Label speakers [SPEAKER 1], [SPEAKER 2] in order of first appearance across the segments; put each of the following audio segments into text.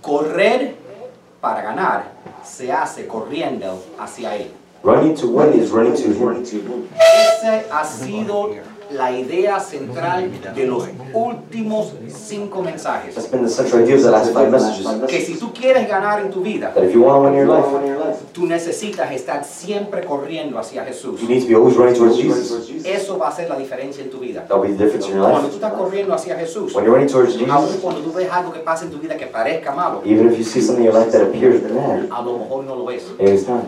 [SPEAKER 1] Correr para ganar se hace corriendo hacia él.
[SPEAKER 2] Running to win is running to him.
[SPEAKER 1] Esa ha sido la idea central de los últimos cinco
[SPEAKER 2] That's
[SPEAKER 1] mensajes.
[SPEAKER 2] been the central idea of the last five messages.
[SPEAKER 1] Que
[SPEAKER 2] That
[SPEAKER 1] si tú quieres ganar en tu vida,
[SPEAKER 2] if you want to win your life,
[SPEAKER 1] tú necesitas estar siempre corriendo hacia Jesús.
[SPEAKER 2] you need to be always running towards Jesus.
[SPEAKER 1] Eso va a ser la diferencia en tu vida.
[SPEAKER 2] That'll be the difference in your
[SPEAKER 1] Cuando tú
[SPEAKER 2] life.
[SPEAKER 1] estás corriendo hacia Jesús,
[SPEAKER 2] When you're running towards
[SPEAKER 1] aun
[SPEAKER 2] Jesus,
[SPEAKER 1] cuando tú ves algo que pasa en tu vida que parezca malo,
[SPEAKER 2] even if you see something in your life that appears bad,
[SPEAKER 1] a lo mejor no lo ves.
[SPEAKER 2] it's not.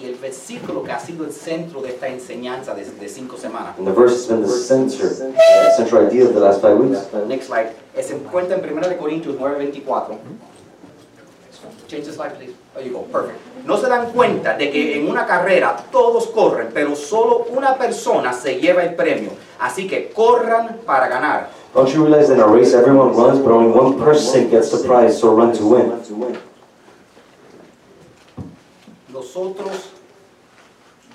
[SPEAKER 1] Y el versículo que ha sido el centro de esta enseñanza de, de cinco semanas,
[SPEAKER 2] And the verse has been the center, the central idea of the last five weeks.
[SPEAKER 1] next slide, se encuentra en 1 de Corintios 9:24. Change the slide, please. There you go. Perfect. No se dan cuenta de que en una carrera todos corren, pero solo una persona se lleva el premio. Así que corran para ganar.
[SPEAKER 2] Don't you realize in a race everyone runs, but only one person gets the prize, so run to win.
[SPEAKER 1] Nosotros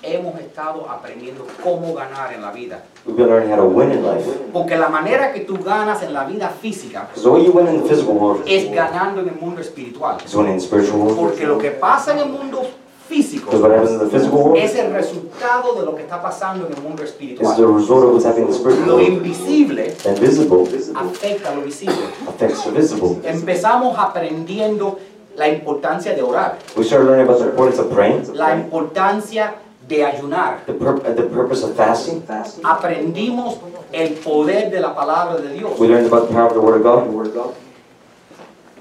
[SPEAKER 1] hemos estado aprendiendo cómo ganar en la vida.
[SPEAKER 2] We've been learning how to win in life.
[SPEAKER 1] Porque la manera que tú ganas en la vida física
[SPEAKER 2] Because the way you win in the physical world
[SPEAKER 1] es ganando en el mundo espiritual.
[SPEAKER 2] is winning in the spiritual world.
[SPEAKER 1] Porque lo que pasa en el mundo
[SPEAKER 2] Because what
[SPEAKER 1] físico
[SPEAKER 2] happens in the physical world
[SPEAKER 1] es el resultado de lo que está pasando en el mundo
[SPEAKER 2] is the
[SPEAKER 1] espiritual.
[SPEAKER 2] result of what's happening in the spiritual
[SPEAKER 1] Lo
[SPEAKER 2] world.
[SPEAKER 1] invisible
[SPEAKER 2] And visible
[SPEAKER 1] afecta lo visible.
[SPEAKER 2] affects the visible.
[SPEAKER 1] Empezamos aprendiendo la importancia de orar,
[SPEAKER 2] We started learning about the importance of praying,
[SPEAKER 1] la importancia de ayunar.
[SPEAKER 2] the, pur- uh, the purpose of fasting.
[SPEAKER 1] Aprendimos el poder de la palabra de Dios
[SPEAKER 2] We learned about the power of the Word of God.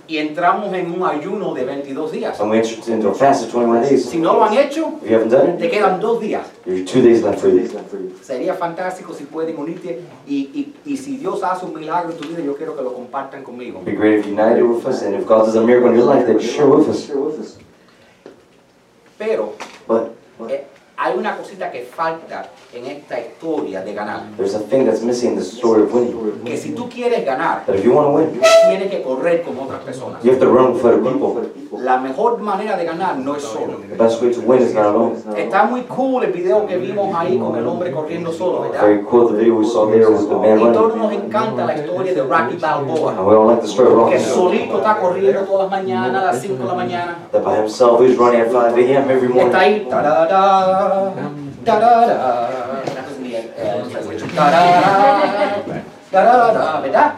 [SPEAKER 1] y entramos en un ayuno de 22 días.
[SPEAKER 2] And we entered into a fast of 21 days.
[SPEAKER 1] Si no lo han hecho,
[SPEAKER 2] If you haven't done
[SPEAKER 1] te
[SPEAKER 2] it,
[SPEAKER 1] quedan dos días.
[SPEAKER 2] you're two days left for you.
[SPEAKER 1] Sería fantástico si pueden unirte y, y- y si Dios hace un milagro en tu vida, yo quiero que lo compartan conmigo.
[SPEAKER 2] It'd be great if you united with us, and if God does a miracle in your life, then share with us.
[SPEAKER 1] Pero
[SPEAKER 2] But
[SPEAKER 1] eh, hay una cosita que falta en esta historia de ganar.
[SPEAKER 2] there's a thing that's missing in the story of winning.
[SPEAKER 1] Que si tú quieres ganar,
[SPEAKER 2] That if you want to win,
[SPEAKER 1] tienes que correr con otras personas.
[SPEAKER 2] you have to run with other people.
[SPEAKER 1] La mejor manera de ganar no es solo.
[SPEAKER 2] The best way to win is not alone.
[SPEAKER 1] Está muy cool el video que vimos ahí con el hombre corriendo solo, ¿verdad?
[SPEAKER 2] Very cool, the video we saw there with the man
[SPEAKER 1] Y todos
[SPEAKER 2] running.
[SPEAKER 1] nos encanta la historia de Rocky Balboa,
[SPEAKER 2] And we don't like the story of
[SPEAKER 1] que
[SPEAKER 2] Rocky.
[SPEAKER 1] solito está corriendo todas las mañanas, a las 5 de la mañana.
[SPEAKER 2] That by himself, he's running at 5 a.m. every
[SPEAKER 1] Está
[SPEAKER 2] morning.
[SPEAKER 1] ahí. tarara, tarara, that was me, eh, tarara, tarara, ¿Verdad?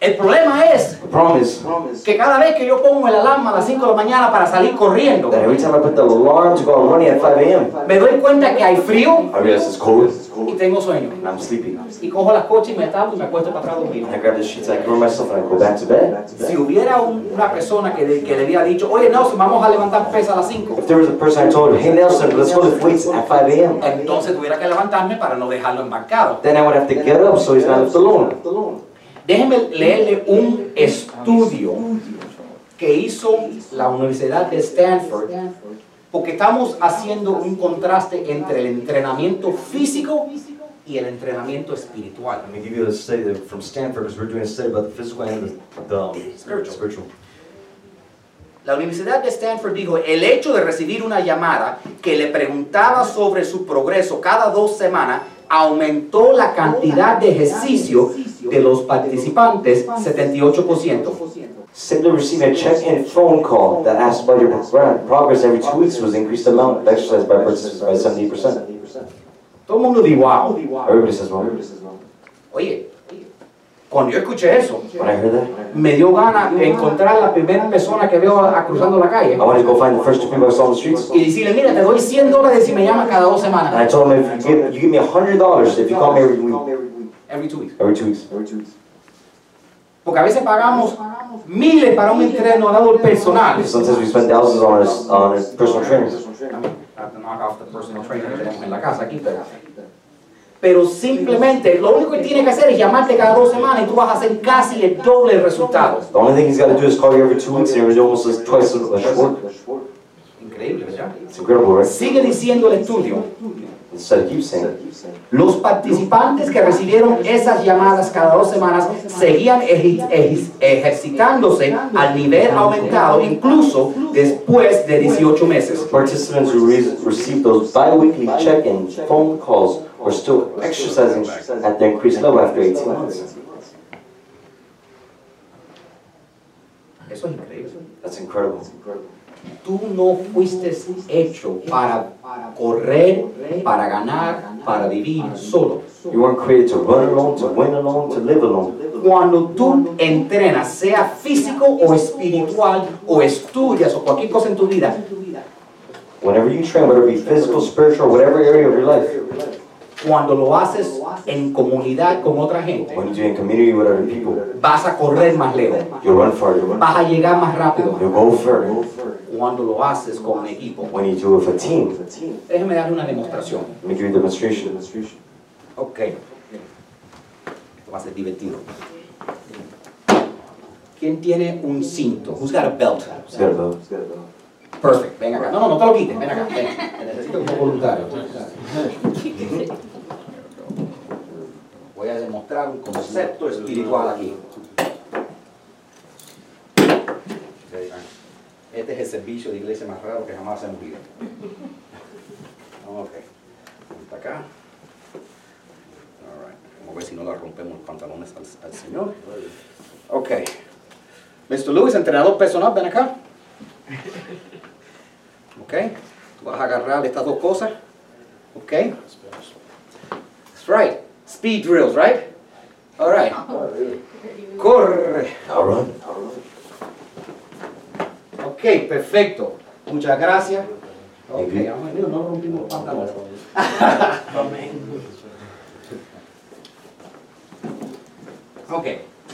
[SPEAKER 1] El problema es
[SPEAKER 2] The problem is
[SPEAKER 1] que cada vez que yo pongo el alarma a las 5 de la mañana para salir corriendo,
[SPEAKER 2] that every time I put the alarm to go out running at 5 a.m.,
[SPEAKER 1] me doy cuenta que hay frío
[SPEAKER 2] I realize it's cold
[SPEAKER 1] y tengo sueño.
[SPEAKER 2] and I'm sleepy.
[SPEAKER 1] Y cojo las coches y me tapo y me acuesto para atrás a dormir.
[SPEAKER 2] I grab the sheets, I cover myself, and I go back to
[SPEAKER 1] Si
[SPEAKER 2] bed.
[SPEAKER 1] hubiera un- una persona que, de- que le hubiera dicho, oye Nelson, vamos a levantar pesas a las 5,
[SPEAKER 2] If there was a person I told, hey Nelson, let's go lift weights at 5 a.m.,
[SPEAKER 1] entonces tuviera que levantarme para no dejarlo embarcado.
[SPEAKER 2] then I would have to get up so he's not left alone.
[SPEAKER 1] Déjenme leerle un estudio que hizo la Universidad de Stanford, porque estamos haciendo un contraste entre el entrenamiento físico y el entrenamiento espiritual.
[SPEAKER 2] Let me give you a study that- from Stanford because we're doing a study about the physical and the, the um,
[SPEAKER 1] Spiritual.
[SPEAKER 2] spiritual.
[SPEAKER 1] La Universidad de Stanford dijo, el hecho de recibir una llamada que le preguntaba sobre su progreso cada dos semanas aumentó la cantidad de ejercicio de los participantes 78%.
[SPEAKER 3] 78%.
[SPEAKER 2] Simply receiving a check-in phone call that asked about your pro- progress every two weeks was increased the amount of exercise by participants by 70%.
[SPEAKER 1] Todo el mundo dijo, wow.
[SPEAKER 2] Everybody says, well, when
[SPEAKER 1] Oye, cuando yo escuché eso,
[SPEAKER 2] I heard that,
[SPEAKER 1] me dio ganas de encontrar la primera persona que veo a- a cruzando la calle
[SPEAKER 2] I wanted to go find the first two people I saw on the streets.
[SPEAKER 1] y decirle, mira, te doy 100 dólares si me llamas cada dos
[SPEAKER 2] And I
[SPEAKER 1] semanas.
[SPEAKER 2] told him, if you give, you give me $100 if you call me every week,
[SPEAKER 1] Every two weeks.
[SPEAKER 2] every two weeks.
[SPEAKER 1] Porque a veces pagamos miles para un entrenador personal.
[SPEAKER 2] Sometimes we spend thousands on us on our personal trainers.
[SPEAKER 1] Have to knock off the personal trainer que tenemos en la casa aquí, pero, pero simplemente lo único que tiene que hacer es llamarte cada dos semanas y tú vas a hacer casi el doble de resultados.
[SPEAKER 2] The only thing he's got to do is call you every two weeks, and you're almost as- twice as much work.
[SPEAKER 1] Increíble, ¿verdad?
[SPEAKER 2] It's incredible, right?
[SPEAKER 1] Sigue diciendo el estudio,
[SPEAKER 2] Instead, keep saying.
[SPEAKER 1] los participantes que recibieron esas llamadas cada dos semanas seguían eji- eji- ejercitándose al nivel aumentado incluso después de 18 meses.
[SPEAKER 2] Participants who re- received those bi-weekly check-in phone calls were still exercising at the increased level after 18 months. incredible.
[SPEAKER 1] Tú no fuiste hecho para correr, para ganar, para vivir solo.
[SPEAKER 2] You weren't created to run alone, to win alone, to live alone.
[SPEAKER 1] Cuando tú entrenas, sea físico o espiritual, o estudias o cualquier cosa en tu vida,
[SPEAKER 2] Whenever you train, whether it be physical, spiritual, whatever area of your life,
[SPEAKER 1] cuando lo haces en comunidad con otra gente,
[SPEAKER 2] when you do in community with other people,
[SPEAKER 1] vas a correr más lejos,
[SPEAKER 2] you'll run farther.
[SPEAKER 1] vas a llegar más rápido
[SPEAKER 2] You'll go further.
[SPEAKER 1] cuando lo haces con un equipo. pues,
[SPEAKER 2] When you do it with a team, let
[SPEAKER 1] Déjeme darle una demostración.
[SPEAKER 2] me give you a demonstration.
[SPEAKER 1] Ok. Esto va a ser divertido. ¿Quién tiene un cinto? Who's got a belt?
[SPEAKER 2] It's got a belt.
[SPEAKER 1] Perfect. Ven acá. No, no, no te lo quites. Ven acá. Ven. Te Necesito un voluntario. Voy a demostrar un concepto espiritual aquí. Este es el servicio de iglesia más raro que jamás he vivido. Ok. Hasta acá. All right. Vamos a ver si no la rompemos los pantalones al, al señor. Ok. Mr. Lewis, entrenador personal, ven acá. ¿Ok? Tú vas a agarrar estas dos cosas. ¿Ok? That's right. Speed drills, right? All right. Corre.
[SPEAKER 2] I'll run.
[SPEAKER 1] Ok, perfecto. Muchas gracias. Ok,
[SPEAKER 2] Ujú.
[SPEAKER 1] vamos a ver, no rompimos los pantalones. Ok.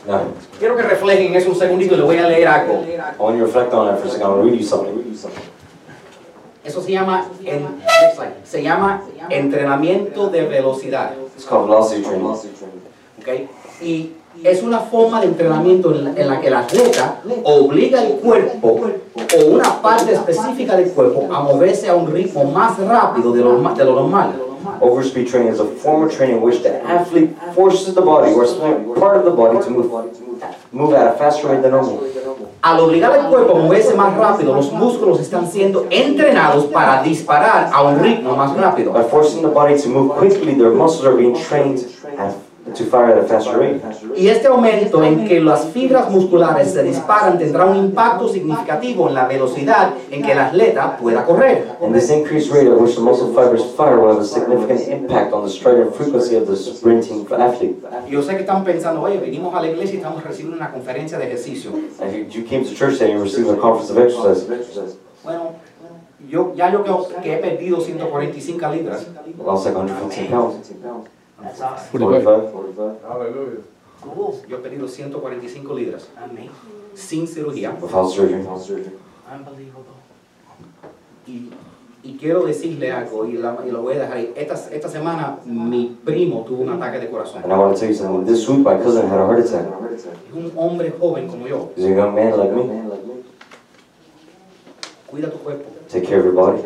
[SPEAKER 2] Now,
[SPEAKER 1] Quiero que reflejen eso un segundito y le voy a leer algo.
[SPEAKER 2] I want you to reflect on that for a second. I want to read you something.
[SPEAKER 1] Eso se llama, en- next slide. se llama entrenamiento de velocidad.
[SPEAKER 2] It's called velocity training.
[SPEAKER 1] ¿ok? Y es una forma de entrenamiento en la, en la que el atleta obliga al cuerpo o una parte específica del cuerpo a moverse a un ritmo más rápido de lo, ma- de lo normal.
[SPEAKER 2] Overspeed training is a form of training in which the athlete forces the body or some part of the body to move, move at a faster rate than normal.
[SPEAKER 1] Al obligar al cuerpo a moverse más rápido, los músculos están siendo entrenados para disparar a un ritmo más rápido.
[SPEAKER 2] By forcing the body to move quickly, their muscles are being trained at, to fire at a faster rate.
[SPEAKER 1] Y este aumento en que las fibras musculares se disparan tendrá un impacto significativo en la velocidad en que el atleta pueda correr.
[SPEAKER 2] And this increased rate at which the muscle fibers fire will have a significant impact on the stride and frequency of the sprinting athlete.
[SPEAKER 1] Yo sé que están pensando, oye, venimos a la iglesia y estamos recibiendo una conferencia de ejercicio.
[SPEAKER 2] And if you came to church today and you received a conference of exercise,
[SPEAKER 1] Bueno, yo ya yo que, que he perdido 145 libras.
[SPEAKER 2] lost like 115 pounds.
[SPEAKER 3] That's awesome.
[SPEAKER 2] 45.
[SPEAKER 4] Hallelujah.
[SPEAKER 1] Yo he perdido 145 libras
[SPEAKER 3] Amazing.
[SPEAKER 1] sin cirugía.
[SPEAKER 2] Without surgery.
[SPEAKER 3] Unbelievable.
[SPEAKER 1] Y, y quiero decirle algo, y, la- y lo voy a dejar ahí. Esta, esta semana mi primo tuvo un ataque de corazón.
[SPEAKER 2] And I want to tell you something. This week, my cousin had a heart attack.
[SPEAKER 1] Es un hombre joven como yo.
[SPEAKER 2] He's a young man like me.
[SPEAKER 1] Cuida tu cuerpo.
[SPEAKER 2] Take care of your body.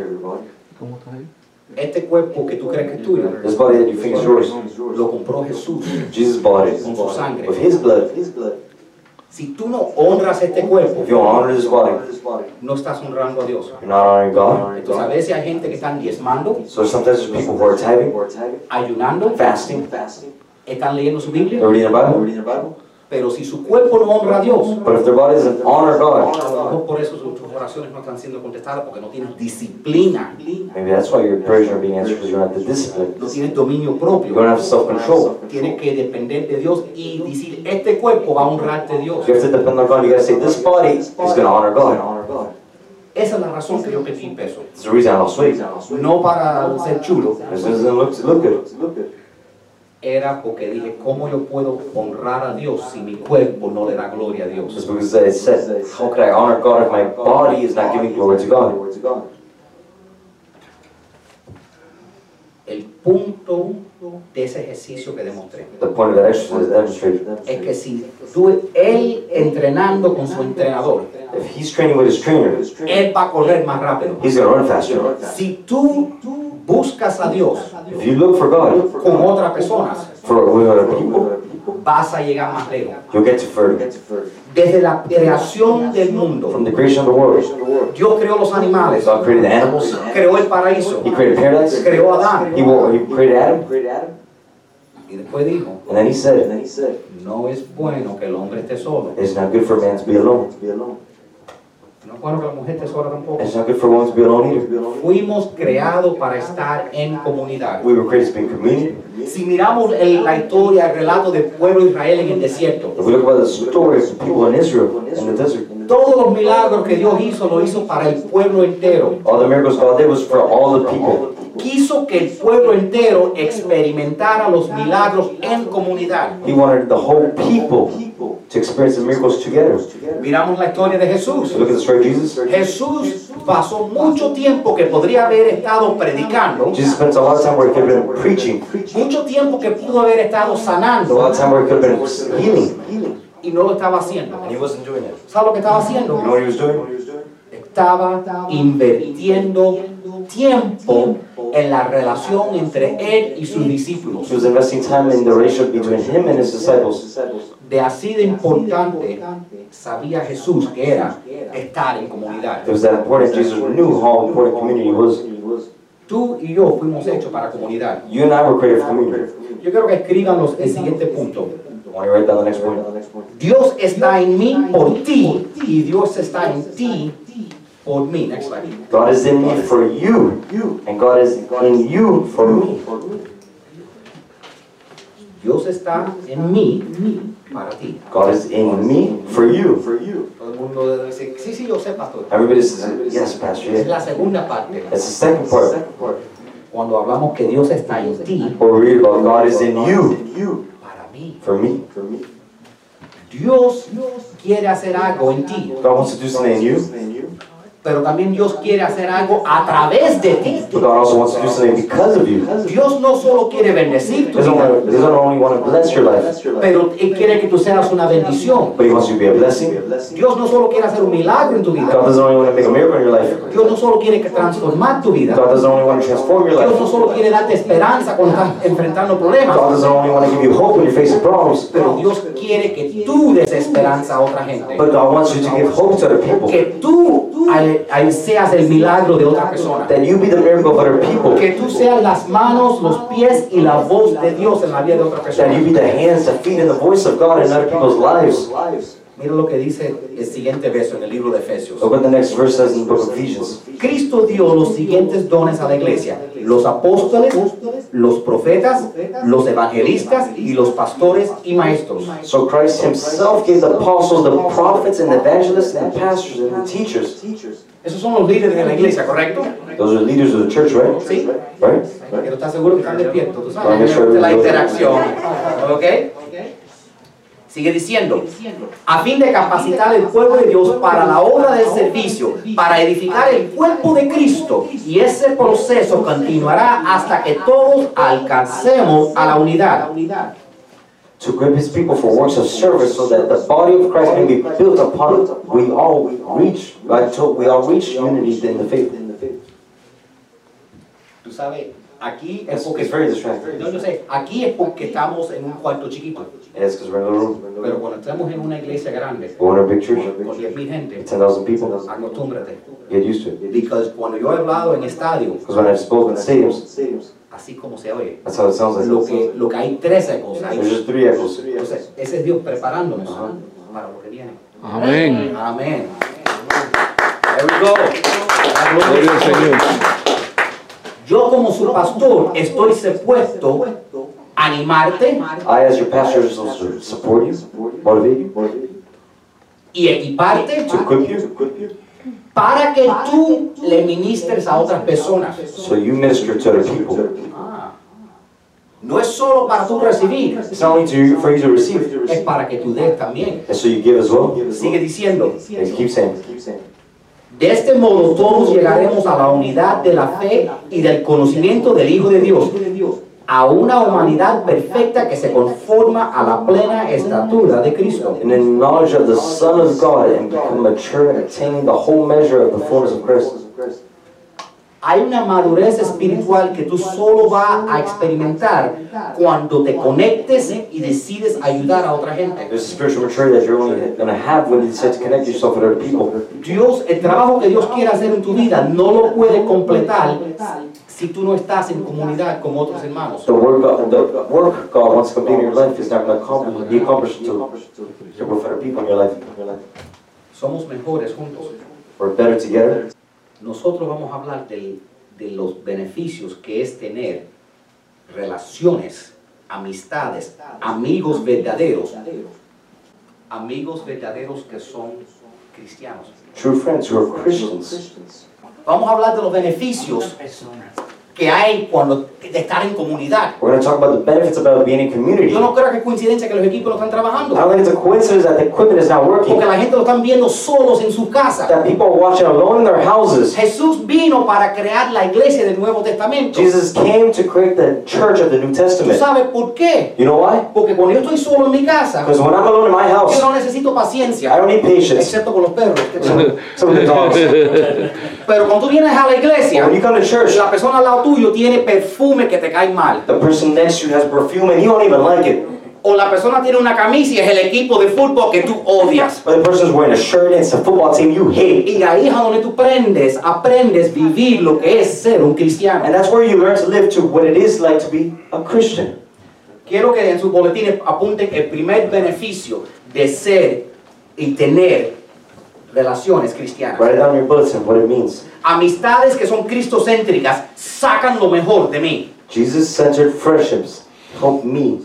[SPEAKER 1] Este cuerpo que tú crees que es tuyo,
[SPEAKER 2] This body that you think is yours,
[SPEAKER 1] lo compró Jesús.
[SPEAKER 2] Jesus bought it
[SPEAKER 1] Con su sangre.
[SPEAKER 2] with His blood.
[SPEAKER 1] Si tú no honras este cuerpo,
[SPEAKER 2] If you don't honor this body,
[SPEAKER 1] no estás honrando a Dios.
[SPEAKER 2] you're not honoring God.
[SPEAKER 1] Entonces a veces hay gente que están diezmando,
[SPEAKER 2] So sometimes there's people who are tithing,
[SPEAKER 1] ayunando,
[SPEAKER 2] fasting,
[SPEAKER 1] están leyendo su Biblia,
[SPEAKER 2] they're reading the Bible.
[SPEAKER 1] pero si su cuerpo no honra a Dios,
[SPEAKER 2] But if their body doesn't honor
[SPEAKER 1] a
[SPEAKER 2] God,
[SPEAKER 1] lo mejor por eso sus tus oraciones no están siendo contestadas porque no tienes disciplina,
[SPEAKER 2] maybe that's why your prayers aren't being answered because you don't have the discipline.
[SPEAKER 1] no tienes dominio
[SPEAKER 2] You don't
[SPEAKER 1] propio.
[SPEAKER 2] have self-control.
[SPEAKER 1] Tienes que depender de Dios y decir, este cuerpo va a honrarte Dios.
[SPEAKER 2] You have to depend on God. You gotta say, this body is gonna honor God.
[SPEAKER 1] Esa es la razón que yo perdí peso.
[SPEAKER 2] It's the reason I lost weight.
[SPEAKER 1] No para ser chulo,
[SPEAKER 2] This doesn't look, look good.
[SPEAKER 1] era porque dije, ¿cómo yo puedo honrar a Dios si mi cuerpo no le da gloria a Dios?
[SPEAKER 2] Just because it said, how could I honor God if my body is not giving glory to God?
[SPEAKER 1] El punto de ese ejercicio que demostré.
[SPEAKER 2] The point of that exercise demonstrated.
[SPEAKER 1] es que si tú, él entrenando con su entrenador,
[SPEAKER 2] If he's training with his trainer,
[SPEAKER 1] él va a correr más rápido.
[SPEAKER 2] he's gonna run faster.
[SPEAKER 1] Si tú buscas a Dios
[SPEAKER 2] If you look for God,
[SPEAKER 1] con otras personas,
[SPEAKER 2] for with other people,
[SPEAKER 1] vas a llegar más lejos.
[SPEAKER 2] you'll get to further.
[SPEAKER 1] Desde la creación del mundo,
[SPEAKER 2] From the creation of the world,
[SPEAKER 1] Dios creó los animales,
[SPEAKER 2] God created the animals.
[SPEAKER 1] creó el paraíso,
[SPEAKER 2] He created paradise.
[SPEAKER 1] creó a Adán.
[SPEAKER 2] He, wa- he created Adam.
[SPEAKER 1] Y después dijo,
[SPEAKER 2] And then he said,
[SPEAKER 1] no es bueno que el hombre esté solo.
[SPEAKER 2] it's not good for man to be alone.
[SPEAKER 1] No.
[SPEAKER 4] bueno que la mujer esté sola tampoco.
[SPEAKER 2] It's not good for a woman to be alone either.
[SPEAKER 1] Fuimos creados para estar en comunidad.
[SPEAKER 2] We were created to be in communion.
[SPEAKER 1] Si miramos el- la historia, el relato del pueblo de Israel en el desierto,
[SPEAKER 2] If we look about the stories of people in Israel in the desert,
[SPEAKER 1] todos los milagros que Dios hizo lo hizo para el pueblo entero.
[SPEAKER 2] all the miracles God did was for all the people.
[SPEAKER 1] Quiso que el pueblo entero experimentara los milagros en comunidad.
[SPEAKER 2] He wanted the whole people to experience the miracles together.
[SPEAKER 1] Miramos la historia de Jesús.
[SPEAKER 2] Look at the story of Jesus.
[SPEAKER 1] Jesús pasó mucho tiempo que podría haber estado predicando,
[SPEAKER 2] Jesus spent a lot of time where he could have been preaching,
[SPEAKER 1] mucho tiempo que pudo haber estado
[SPEAKER 2] a lot
[SPEAKER 1] sanando
[SPEAKER 2] of time where he could have been healing,
[SPEAKER 1] y no lo estaba haciendo.
[SPEAKER 2] and he wasn't doing it.
[SPEAKER 1] ¿Sabes lo que estaba
[SPEAKER 2] You know
[SPEAKER 1] haciendo?
[SPEAKER 2] what he was doing?
[SPEAKER 1] Estaba invirtiendo tiempo en la relación entre él y sus discípulos.
[SPEAKER 2] He was investing time in the relationship between him and his disciples.
[SPEAKER 1] De así de importante sabía Jesús que era estar en comunidad.
[SPEAKER 2] It was that important Jesus knew how important community was.
[SPEAKER 1] Tú y yo fuimos hechos para comunidad.
[SPEAKER 2] You and I were created for community.
[SPEAKER 1] Yo quiero que escriban los- el siguiente punto.
[SPEAKER 2] I want to write down the next point.
[SPEAKER 1] Dios está en mí por ti y Dios está en ti por mí. Next slide.
[SPEAKER 2] God is in me for you, and God is in you for me.
[SPEAKER 1] Dios está en mí para ti.
[SPEAKER 2] God is in me for you.
[SPEAKER 1] Todo el mundo debe decir, sí, sí, yo sé, pastor.
[SPEAKER 2] Everybody says, yes, Pastor,
[SPEAKER 1] Es
[SPEAKER 2] yeah.
[SPEAKER 1] la segunda parte.
[SPEAKER 2] That's the second part.
[SPEAKER 1] Cuando hablamos que Dios está en ti
[SPEAKER 2] What we read about God is in you
[SPEAKER 1] para mí.
[SPEAKER 2] for me.
[SPEAKER 1] Dios quiere hacer algo en ti,
[SPEAKER 2] God wants to do something in you,
[SPEAKER 1] pero también Dios quiere hacer algo a través de ti.
[SPEAKER 2] but God also wants to do something because of you.
[SPEAKER 1] Dios no solo quiere bendecir
[SPEAKER 2] He
[SPEAKER 1] tu
[SPEAKER 2] doesn't
[SPEAKER 1] vida,
[SPEAKER 2] want to- he doesn't only want to bless your life,
[SPEAKER 1] pero Él quiere que tú seas una bendición.
[SPEAKER 2] but He wants you to be a blessing.
[SPEAKER 1] Dios no solo quiere hacer un milagro en tu
[SPEAKER 2] God
[SPEAKER 1] vida,
[SPEAKER 2] doesn't only want to make a miracle in your life.
[SPEAKER 1] Dios no solo quiere que transformar tu vida,
[SPEAKER 2] God doesn't only want to transform your
[SPEAKER 1] Dios no
[SPEAKER 2] life.
[SPEAKER 1] solo quiere darte esperanza cuando estás enfrentando
[SPEAKER 2] God
[SPEAKER 1] problemas,
[SPEAKER 2] doesn't only want to give you hope when you're facing problems.
[SPEAKER 1] pero Dios quiere que tú des esperanza a otra gente.
[SPEAKER 2] But God wants you to give hope to other people.
[SPEAKER 1] Que tú al- al- seas el milagro de otra persona.
[SPEAKER 2] That you be the miracle of other people.
[SPEAKER 1] Que tú seas las manos, los pies y la voz de Dios en la vida de otra
[SPEAKER 2] That you
[SPEAKER 1] persona.
[SPEAKER 2] be the hands, the feet, and the voice of God in other people's lives.
[SPEAKER 1] Mira lo que dice el siguiente verso en el libro de Efesios.
[SPEAKER 2] Look what the next verse says in the book of Ephesians.
[SPEAKER 1] Cristo dio los siguientes dones a la iglesia. Los apóstoles, los profetas, los evangelistas y los pastores y maestros.
[SPEAKER 2] So Christ himself gave the apostles, the prophets, and the evangelists, and the pastors, and the teachers.
[SPEAKER 1] Esos son los líderes de la iglesia, ¿correcto?
[SPEAKER 2] Those are leaders of the church, right?
[SPEAKER 1] Sí.
[SPEAKER 2] Right?
[SPEAKER 1] Pero estás seguro que están despiertos, tú
[SPEAKER 2] Vale,
[SPEAKER 1] sabes,
[SPEAKER 2] sure.
[SPEAKER 1] de la interacción. ¿Ok? Sigue diciendo, a fin de capacitar el pueblo de Dios para la obra del servicio, para edificar el cuerpo de Cristo, y ese proceso continuará hasta que todos alcancemos a la unidad.
[SPEAKER 2] To equip his people for works of service so that the body of Christ can be built upon it. We all reach, until we all reach unity in the faith.
[SPEAKER 1] Tú sabes, aquí es
[SPEAKER 2] It's,
[SPEAKER 1] porque
[SPEAKER 2] it's very distracting.
[SPEAKER 1] No, yo sé, aquí es porque estamos en un cuarto chiquito,
[SPEAKER 2] It is because we're in a little room.
[SPEAKER 1] pero cuando estamos en una iglesia grande,
[SPEAKER 2] But we're in a big church.
[SPEAKER 1] con 10.000 gente,
[SPEAKER 2] 10,000 people.
[SPEAKER 1] acostúmbrate.
[SPEAKER 2] Get used to it.
[SPEAKER 1] Because cuando yo he hablado en estadio,
[SPEAKER 2] Because when I spoke in stadiums,
[SPEAKER 1] así como se oye,
[SPEAKER 2] that's how it sounds
[SPEAKER 1] lo
[SPEAKER 2] like.
[SPEAKER 1] que, lo que hay 13 cosas.
[SPEAKER 2] There's just three echoes.
[SPEAKER 1] Entonces, ese es Dios preparándonos para lo que viene.
[SPEAKER 5] Amén.
[SPEAKER 1] Amén. There we go.
[SPEAKER 5] Gloria al Señor.
[SPEAKER 1] Yo como su pastor estoy supuesto a animarte
[SPEAKER 2] I, as your pastor, just also support you, motivate you,
[SPEAKER 1] y equiparte
[SPEAKER 2] to equip you,
[SPEAKER 1] para que tú le ministres a otras personas.
[SPEAKER 2] so you minister to other people.
[SPEAKER 1] Ah. No es solo para tú recibir,
[SPEAKER 2] It's not only to, for you to receive,
[SPEAKER 1] es para que tú des también.
[SPEAKER 2] and so you give as well.
[SPEAKER 1] Sigue diciendo,
[SPEAKER 2] And keep saying,
[SPEAKER 1] De este modo todos llegaremos a la unidad de la fe y del conocimiento del Hijo de Dios, a una humanidad perfecta que se conforma a la plena estatura de Cristo.
[SPEAKER 2] and in knowledge of the Son of God, and become mature, attaining the whole measure of the fullness of Christ.
[SPEAKER 1] Hay una madurez espiritual que tú solo vas a experimentar cuando te conectes y decides ayudar a otra gente.
[SPEAKER 2] There's a spiritual maturity that you're only going to have when you decide to connect yourself with other people.
[SPEAKER 1] Dios, el trabajo que Dios quiere hacer en tu vida no lo puede completar si tú no estás en comunidad con otros hermanos.
[SPEAKER 2] The work God, the work God wants to complete in your life is not going to accomplish, be accomplished until you're with other people in your life.
[SPEAKER 1] Somos mejores juntos.
[SPEAKER 2] We're better together.
[SPEAKER 1] Nosotros vamos a hablar del- de los beneficios que es tener relaciones, amistades, amigos verdaderos, amigos verdaderos que son cristianos.
[SPEAKER 2] True friends who are Christians.
[SPEAKER 1] Vamos a hablar de los beneficios
[SPEAKER 3] persona.
[SPEAKER 1] que hay cuando de estar en comunidad.
[SPEAKER 2] We're going to talk about the benefits about being in community.
[SPEAKER 1] Yo
[SPEAKER 2] I
[SPEAKER 1] no creo que es coincidencia que los equipos no están trabajando,
[SPEAKER 2] don't think it's a coincidence that the equipment is not working,
[SPEAKER 1] porque la gente lo están viendo solos en su casa.
[SPEAKER 2] that people are watching alone in their houses.
[SPEAKER 1] Jesús vino para crear la iglesia del Nuevo Testamento.
[SPEAKER 2] Jesus came to create the church of the New
[SPEAKER 1] ¿Tú
[SPEAKER 2] Testament.
[SPEAKER 1] sabes por qué?
[SPEAKER 2] You know why?
[SPEAKER 1] Porque cuando yo estoy solo en mi casa,
[SPEAKER 2] Because when I'm alone in my house,
[SPEAKER 1] yo no necesito
[SPEAKER 2] I
[SPEAKER 1] paciencia,
[SPEAKER 2] don't need patience.
[SPEAKER 1] excepto con los perros.
[SPEAKER 2] Some of the dogs.
[SPEAKER 1] Pero cuando tú vienes a la
[SPEAKER 2] But
[SPEAKER 1] iglesia,
[SPEAKER 2] when you come to church,
[SPEAKER 1] la persona al lado tuyo tiene perfume que te cae mal.
[SPEAKER 2] the person next to you has perfume and you don't even like it.
[SPEAKER 1] O la persona tiene una camisa y es el equipo de fútbol que tú odias.
[SPEAKER 2] Or the person's wearing a shirt and it's a football team you hate.
[SPEAKER 1] Y ahí es a donde tú aprendes, aprendes vivir lo que es ser un cristiano.
[SPEAKER 2] And that's where you learn to live to what it is like to be a Christian.
[SPEAKER 1] Quiero que en sus boletines apunten el primer beneficio de ser y tener relaciones cristianas.
[SPEAKER 2] Write it down in your bulletin what it means.
[SPEAKER 1] Amistades que son cristocéntricas sacan lo mejor de mí.
[SPEAKER 2] Jesus-centered friendships help me,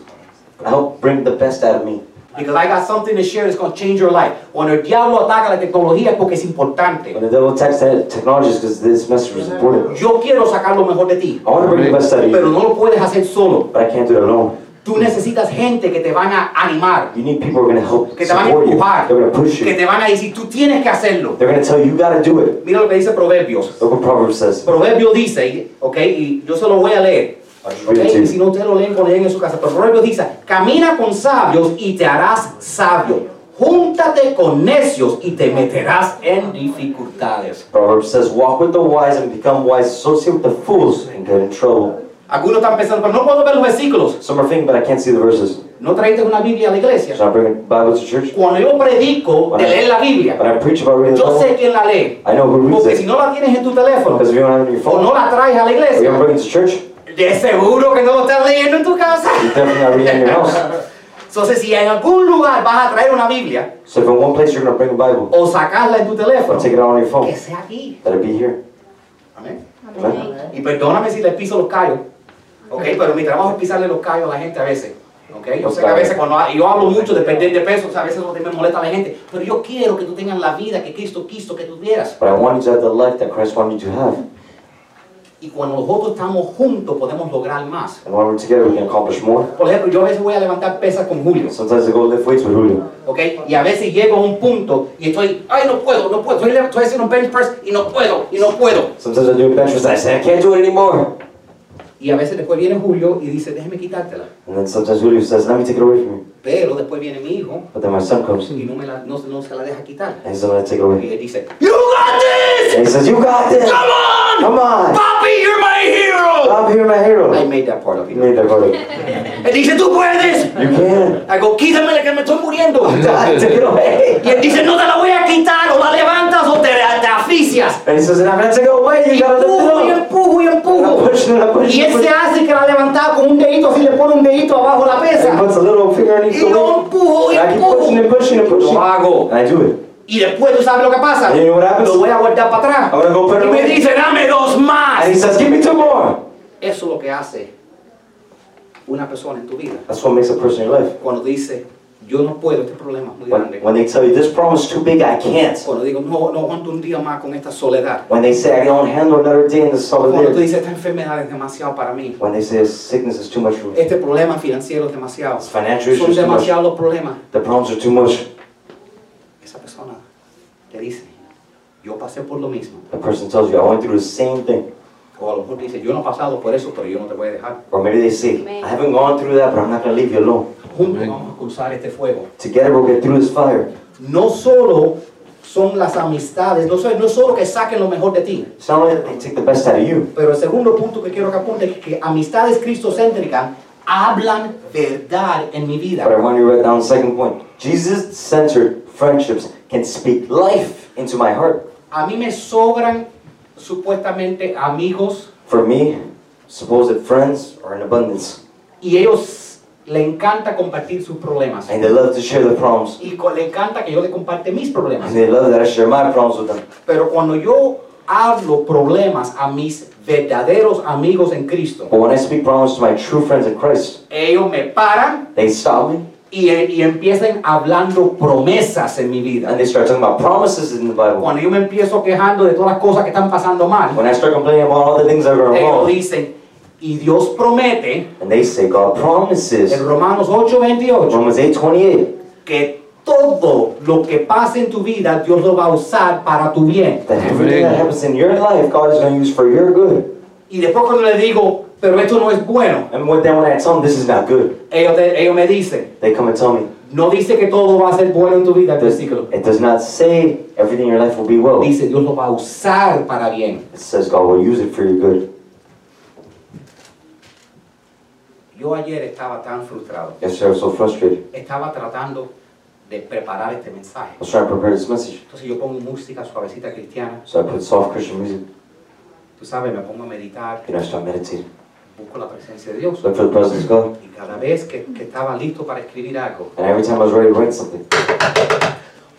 [SPEAKER 2] help bring the best out of me.
[SPEAKER 1] Because I got something to share that's going to change your life. Cuando el diablo ataca la tecnología es porque es importante.
[SPEAKER 2] When the devil attacks that technology, because this message is important.
[SPEAKER 1] Yo quiero sacar lo mejor de ti,
[SPEAKER 2] I want to bring the best out of
[SPEAKER 1] pero
[SPEAKER 2] you,
[SPEAKER 1] no lo puedes hacer solo.
[SPEAKER 2] but I can't do it alone.
[SPEAKER 1] Tú necesitas gente que te van a animar,
[SPEAKER 2] You need people who are going to help
[SPEAKER 1] que te van a
[SPEAKER 2] support you. They're
[SPEAKER 1] empujar,
[SPEAKER 2] going to push
[SPEAKER 1] que
[SPEAKER 2] you.
[SPEAKER 1] te van a decir, tú tienes que hacerlo.
[SPEAKER 2] They're going to tell you, you got to do it.
[SPEAKER 1] Mira lo que dice Proverbios.
[SPEAKER 2] Look what Proverbs says.
[SPEAKER 1] Proverbio dice, y- ok, y yo se lo voy a leer.
[SPEAKER 2] I'll just
[SPEAKER 1] ok,
[SPEAKER 2] read it to
[SPEAKER 1] y
[SPEAKER 2] you.
[SPEAKER 1] si no ustedes lo leen, lo leen en su casa. Pero Proverbios dice, camina con sabios y te harás sabio. Júntate con necios y te meterás en dificultades.
[SPEAKER 2] Proverbs says, walk with the wise and become wise, associate with the fools and get in trouble.
[SPEAKER 1] Algunos están pensando, pero no puedo ver los versículos.
[SPEAKER 2] Some are thinking, but I can't see the verses.
[SPEAKER 1] No trajiste una Biblia a la iglesia.
[SPEAKER 2] Should I bring the Bible to church?
[SPEAKER 1] Cuando yo predico de leer la Biblia,
[SPEAKER 2] When I preach about reading the
[SPEAKER 1] yo sé
[SPEAKER 2] Bible,
[SPEAKER 1] quién la lee.
[SPEAKER 2] I know who
[SPEAKER 1] Porque
[SPEAKER 2] reads
[SPEAKER 1] si
[SPEAKER 2] it.
[SPEAKER 1] no la tienes en tu teléfono
[SPEAKER 2] Because if you don't have it on your
[SPEAKER 1] o no
[SPEAKER 2] phone,
[SPEAKER 1] la traes a la
[SPEAKER 2] or you don't
[SPEAKER 1] iglesia,
[SPEAKER 2] bring it to church, you
[SPEAKER 1] de seguro que no lo estás leyendo en tu casa.
[SPEAKER 2] definitely not reading it in your house.
[SPEAKER 1] Entonces, si en algún lugar vas a traer una Biblia
[SPEAKER 2] So if in one place you're going to bring a Bible,
[SPEAKER 1] o sacarla en tu
[SPEAKER 2] or
[SPEAKER 1] teléfono,
[SPEAKER 2] take it out on your
[SPEAKER 1] que
[SPEAKER 2] phone,
[SPEAKER 1] sea aquí.
[SPEAKER 2] let it be here.
[SPEAKER 1] Amén.
[SPEAKER 2] Amen.
[SPEAKER 1] Y perdóname si les piso los callos, ¿ok? Pero mi trabajo es pisarle los callos a la gente a veces, ¿ok? Yo sé que a veces cuando ha- yo hablo mucho de perder de peso, o sea, a veces eso me molesta a la gente, pero yo quiero que tú tengas la vida que Cristo quiso que tuvieras.
[SPEAKER 2] But I want you to have the life that Christ wanted you to have.
[SPEAKER 1] Y cuando nosotros estamos juntos podemos lograr más.
[SPEAKER 2] And when we're together, we can accomplish more.
[SPEAKER 1] Por ejemplo, yo a veces voy a levantar pesas con Julio,
[SPEAKER 2] Sometimes I go lift weights with Julio.
[SPEAKER 1] ¿ok? Y a veces llego a un punto y estoy, ay, no puedo, no puedo, estoy, le- estoy haciendo un bench press y no puedo, y no puedo.
[SPEAKER 2] Sometimes I do a bench press and I say, I can't do it anymore.
[SPEAKER 1] Y a veces después viene Julio y dice, déjeme quitártela.
[SPEAKER 2] And then sometimes Julio says, let me take it away from you.
[SPEAKER 1] Pero después viene mi hijo
[SPEAKER 2] But then my son comes
[SPEAKER 1] y no, me la, no, no se la deja quitar.
[SPEAKER 2] and he's gonna take it
[SPEAKER 1] Y
[SPEAKER 2] away.
[SPEAKER 1] él dice, You got this!
[SPEAKER 2] And he says, You got this!
[SPEAKER 1] Come on!
[SPEAKER 2] Come on!
[SPEAKER 1] Papi, you're my hero!
[SPEAKER 2] Stop here, my
[SPEAKER 1] I
[SPEAKER 2] hero!
[SPEAKER 1] made that part of
[SPEAKER 2] You
[SPEAKER 1] it.
[SPEAKER 2] made that part. You
[SPEAKER 1] Él dice, Tú puedes!
[SPEAKER 2] can!
[SPEAKER 1] I go, Quítamela que me estoy muriendo.
[SPEAKER 2] God, take it away!
[SPEAKER 1] Y él dice, No te la voy a quitar, o la levantas o te, te asfixias.
[SPEAKER 2] And he says, And I'm gonna take it away! You
[SPEAKER 1] Y
[SPEAKER 2] gotta
[SPEAKER 1] empujo y
[SPEAKER 2] lift it up!
[SPEAKER 1] empujo y empujo.
[SPEAKER 2] And I'm pushing
[SPEAKER 1] Y él se
[SPEAKER 2] it, I'm pushing it. pushing it.
[SPEAKER 1] hace que la levantaba con un dedito, así le pone un dedito abajo la
[SPEAKER 2] And he
[SPEAKER 1] pesa.
[SPEAKER 2] puts a little finger underneath
[SPEAKER 1] Y
[SPEAKER 2] the
[SPEAKER 1] yo
[SPEAKER 2] wheel.
[SPEAKER 1] empujo y
[SPEAKER 2] And I keep pushing and
[SPEAKER 1] empujo.
[SPEAKER 2] pushing and pushing.
[SPEAKER 1] Lo
[SPEAKER 2] And
[SPEAKER 1] hago.
[SPEAKER 2] I do it.
[SPEAKER 1] Y después tú sabes lo que pasa.
[SPEAKER 2] You know what happens?
[SPEAKER 1] Lo voy a guardar para
[SPEAKER 2] I'm gonna
[SPEAKER 1] atrás.
[SPEAKER 2] go put it
[SPEAKER 1] Y me
[SPEAKER 2] away.
[SPEAKER 1] dice, dame dos más.
[SPEAKER 2] And he says, Give me two more!
[SPEAKER 1] Eso es lo que hace una persona en tu vida.
[SPEAKER 2] That's what makes a person in your life.
[SPEAKER 1] Cuando dice, yo no puedo, este problema es muy
[SPEAKER 2] When,
[SPEAKER 1] grande.
[SPEAKER 2] when they tell you, This problem is too big, I can't.
[SPEAKER 1] Cuando digo, no, no aguanto un día más con esta soledad.
[SPEAKER 2] When they say, I don't handle another day in the
[SPEAKER 1] Cuando tú
[SPEAKER 2] solidarity.
[SPEAKER 1] dices, esta enfermedad es demasiado para mí.
[SPEAKER 2] When they say, Sickness is too much for me.
[SPEAKER 1] Este problema financiero es demasiado.
[SPEAKER 2] Financial
[SPEAKER 1] Son
[SPEAKER 2] issues too much.
[SPEAKER 1] demasiados los problemas.
[SPEAKER 2] The problems are too much.
[SPEAKER 1] Esa persona te dice, yo pasé por lo mismo.
[SPEAKER 2] The person tells you, I went through the same thing.
[SPEAKER 1] O a lo mejor dice, yo no he pasado por eso, pero yo no te voy a dejar.
[SPEAKER 2] Or maybe they say, I haven't gone through that, but I'm not going to leave you alone.
[SPEAKER 1] Juntos vamos a cruzar este fuego.
[SPEAKER 2] Together we'll get through this fire.
[SPEAKER 1] No solo son las amistades, no, so- no solo que saquen lo mejor de ti.
[SPEAKER 2] It's not only that they take the best out of you,
[SPEAKER 1] Pero el segundo punto que quiero que apunte es que amistades cristocéntricas hablan verdad en mi
[SPEAKER 2] but I
[SPEAKER 1] vida.
[SPEAKER 2] want you to write down the second point. Jesus centered friendships can speak life into my heart.
[SPEAKER 1] A mí me sobran supuestamente amigos
[SPEAKER 2] For me, supposed friends are in abundance.
[SPEAKER 1] y ellos le encanta compartir sus problemas.
[SPEAKER 2] And they love to share their problems.
[SPEAKER 1] Y co- le encanta que yo le comparte mis problemas.
[SPEAKER 2] And they love that I share my problems with them.
[SPEAKER 1] Pero cuando yo hablo problemas a mis verdaderos amigos en Cristo,
[SPEAKER 2] But when I speak problems to my true friends in Christ,
[SPEAKER 1] ellos me paran
[SPEAKER 2] they stop me
[SPEAKER 1] y, y empiezan hablando promesas en mi vida.
[SPEAKER 2] and they start talking about promises in the Bible.
[SPEAKER 1] Cuando yo me empiezo quejando de todas las cosas que están pasando mal,
[SPEAKER 2] When I start complaining about all the things that are
[SPEAKER 1] ellos
[SPEAKER 2] wrong,
[SPEAKER 1] dicen, y Dios promete,
[SPEAKER 2] and they say God promises.
[SPEAKER 1] en Romanos 8:28,
[SPEAKER 2] Romans 8:28
[SPEAKER 1] que todo lo que pase en tu vida, Dios lo va a usar para tu bien.
[SPEAKER 2] that everything that
[SPEAKER 5] Amen.
[SPEAKER 2] happens in your life, God is going to use for your good.
[SPEAKER 1] Y después cuando les digo, pero esto no es bueno,
[SPEAKER 2] And when, then when I tell them this is not good,
[SPEAKER 1] ellos, te- ellos me dicen,
[SPEAKER 2] they come and tell me
[SPEAKER 1] no dice que todo va a ser bueno en tu vida, el versículo.
[SPEAKER 2] it does not say everything in your life will be well.
[SPEAKER 1] Dice, Dios lo va a usar para bien.
[SPEAKER 2] It says God will use it for your good.
[SPEAKER 1] Yo ayer estaba tan frustrado.
[SPEAKER 2] Yesterday I was so frustrated.
[SPEAKER 1] Estaba tratando de preparar este mensaje.
[SPEAKER 2] I was trying to prepare this message,
[SPEAKER 1] Entonces yo pongo música suavecita cristiana.
[SPEAKER 2] so I put soft Christian music
[SPEAKER 1] Tú sabes, me pongo a meditar,
[SPEAKER 2] and I start meditating.
[SPEAKER 1] busco la presencia de Dios.
[SPEAKER 2] Look for the presence of God.
[SPEAKER 1] Y cada vez que, que estaba listo para escribir algo,
[SPEAKER 2] And every time I was ready to write something,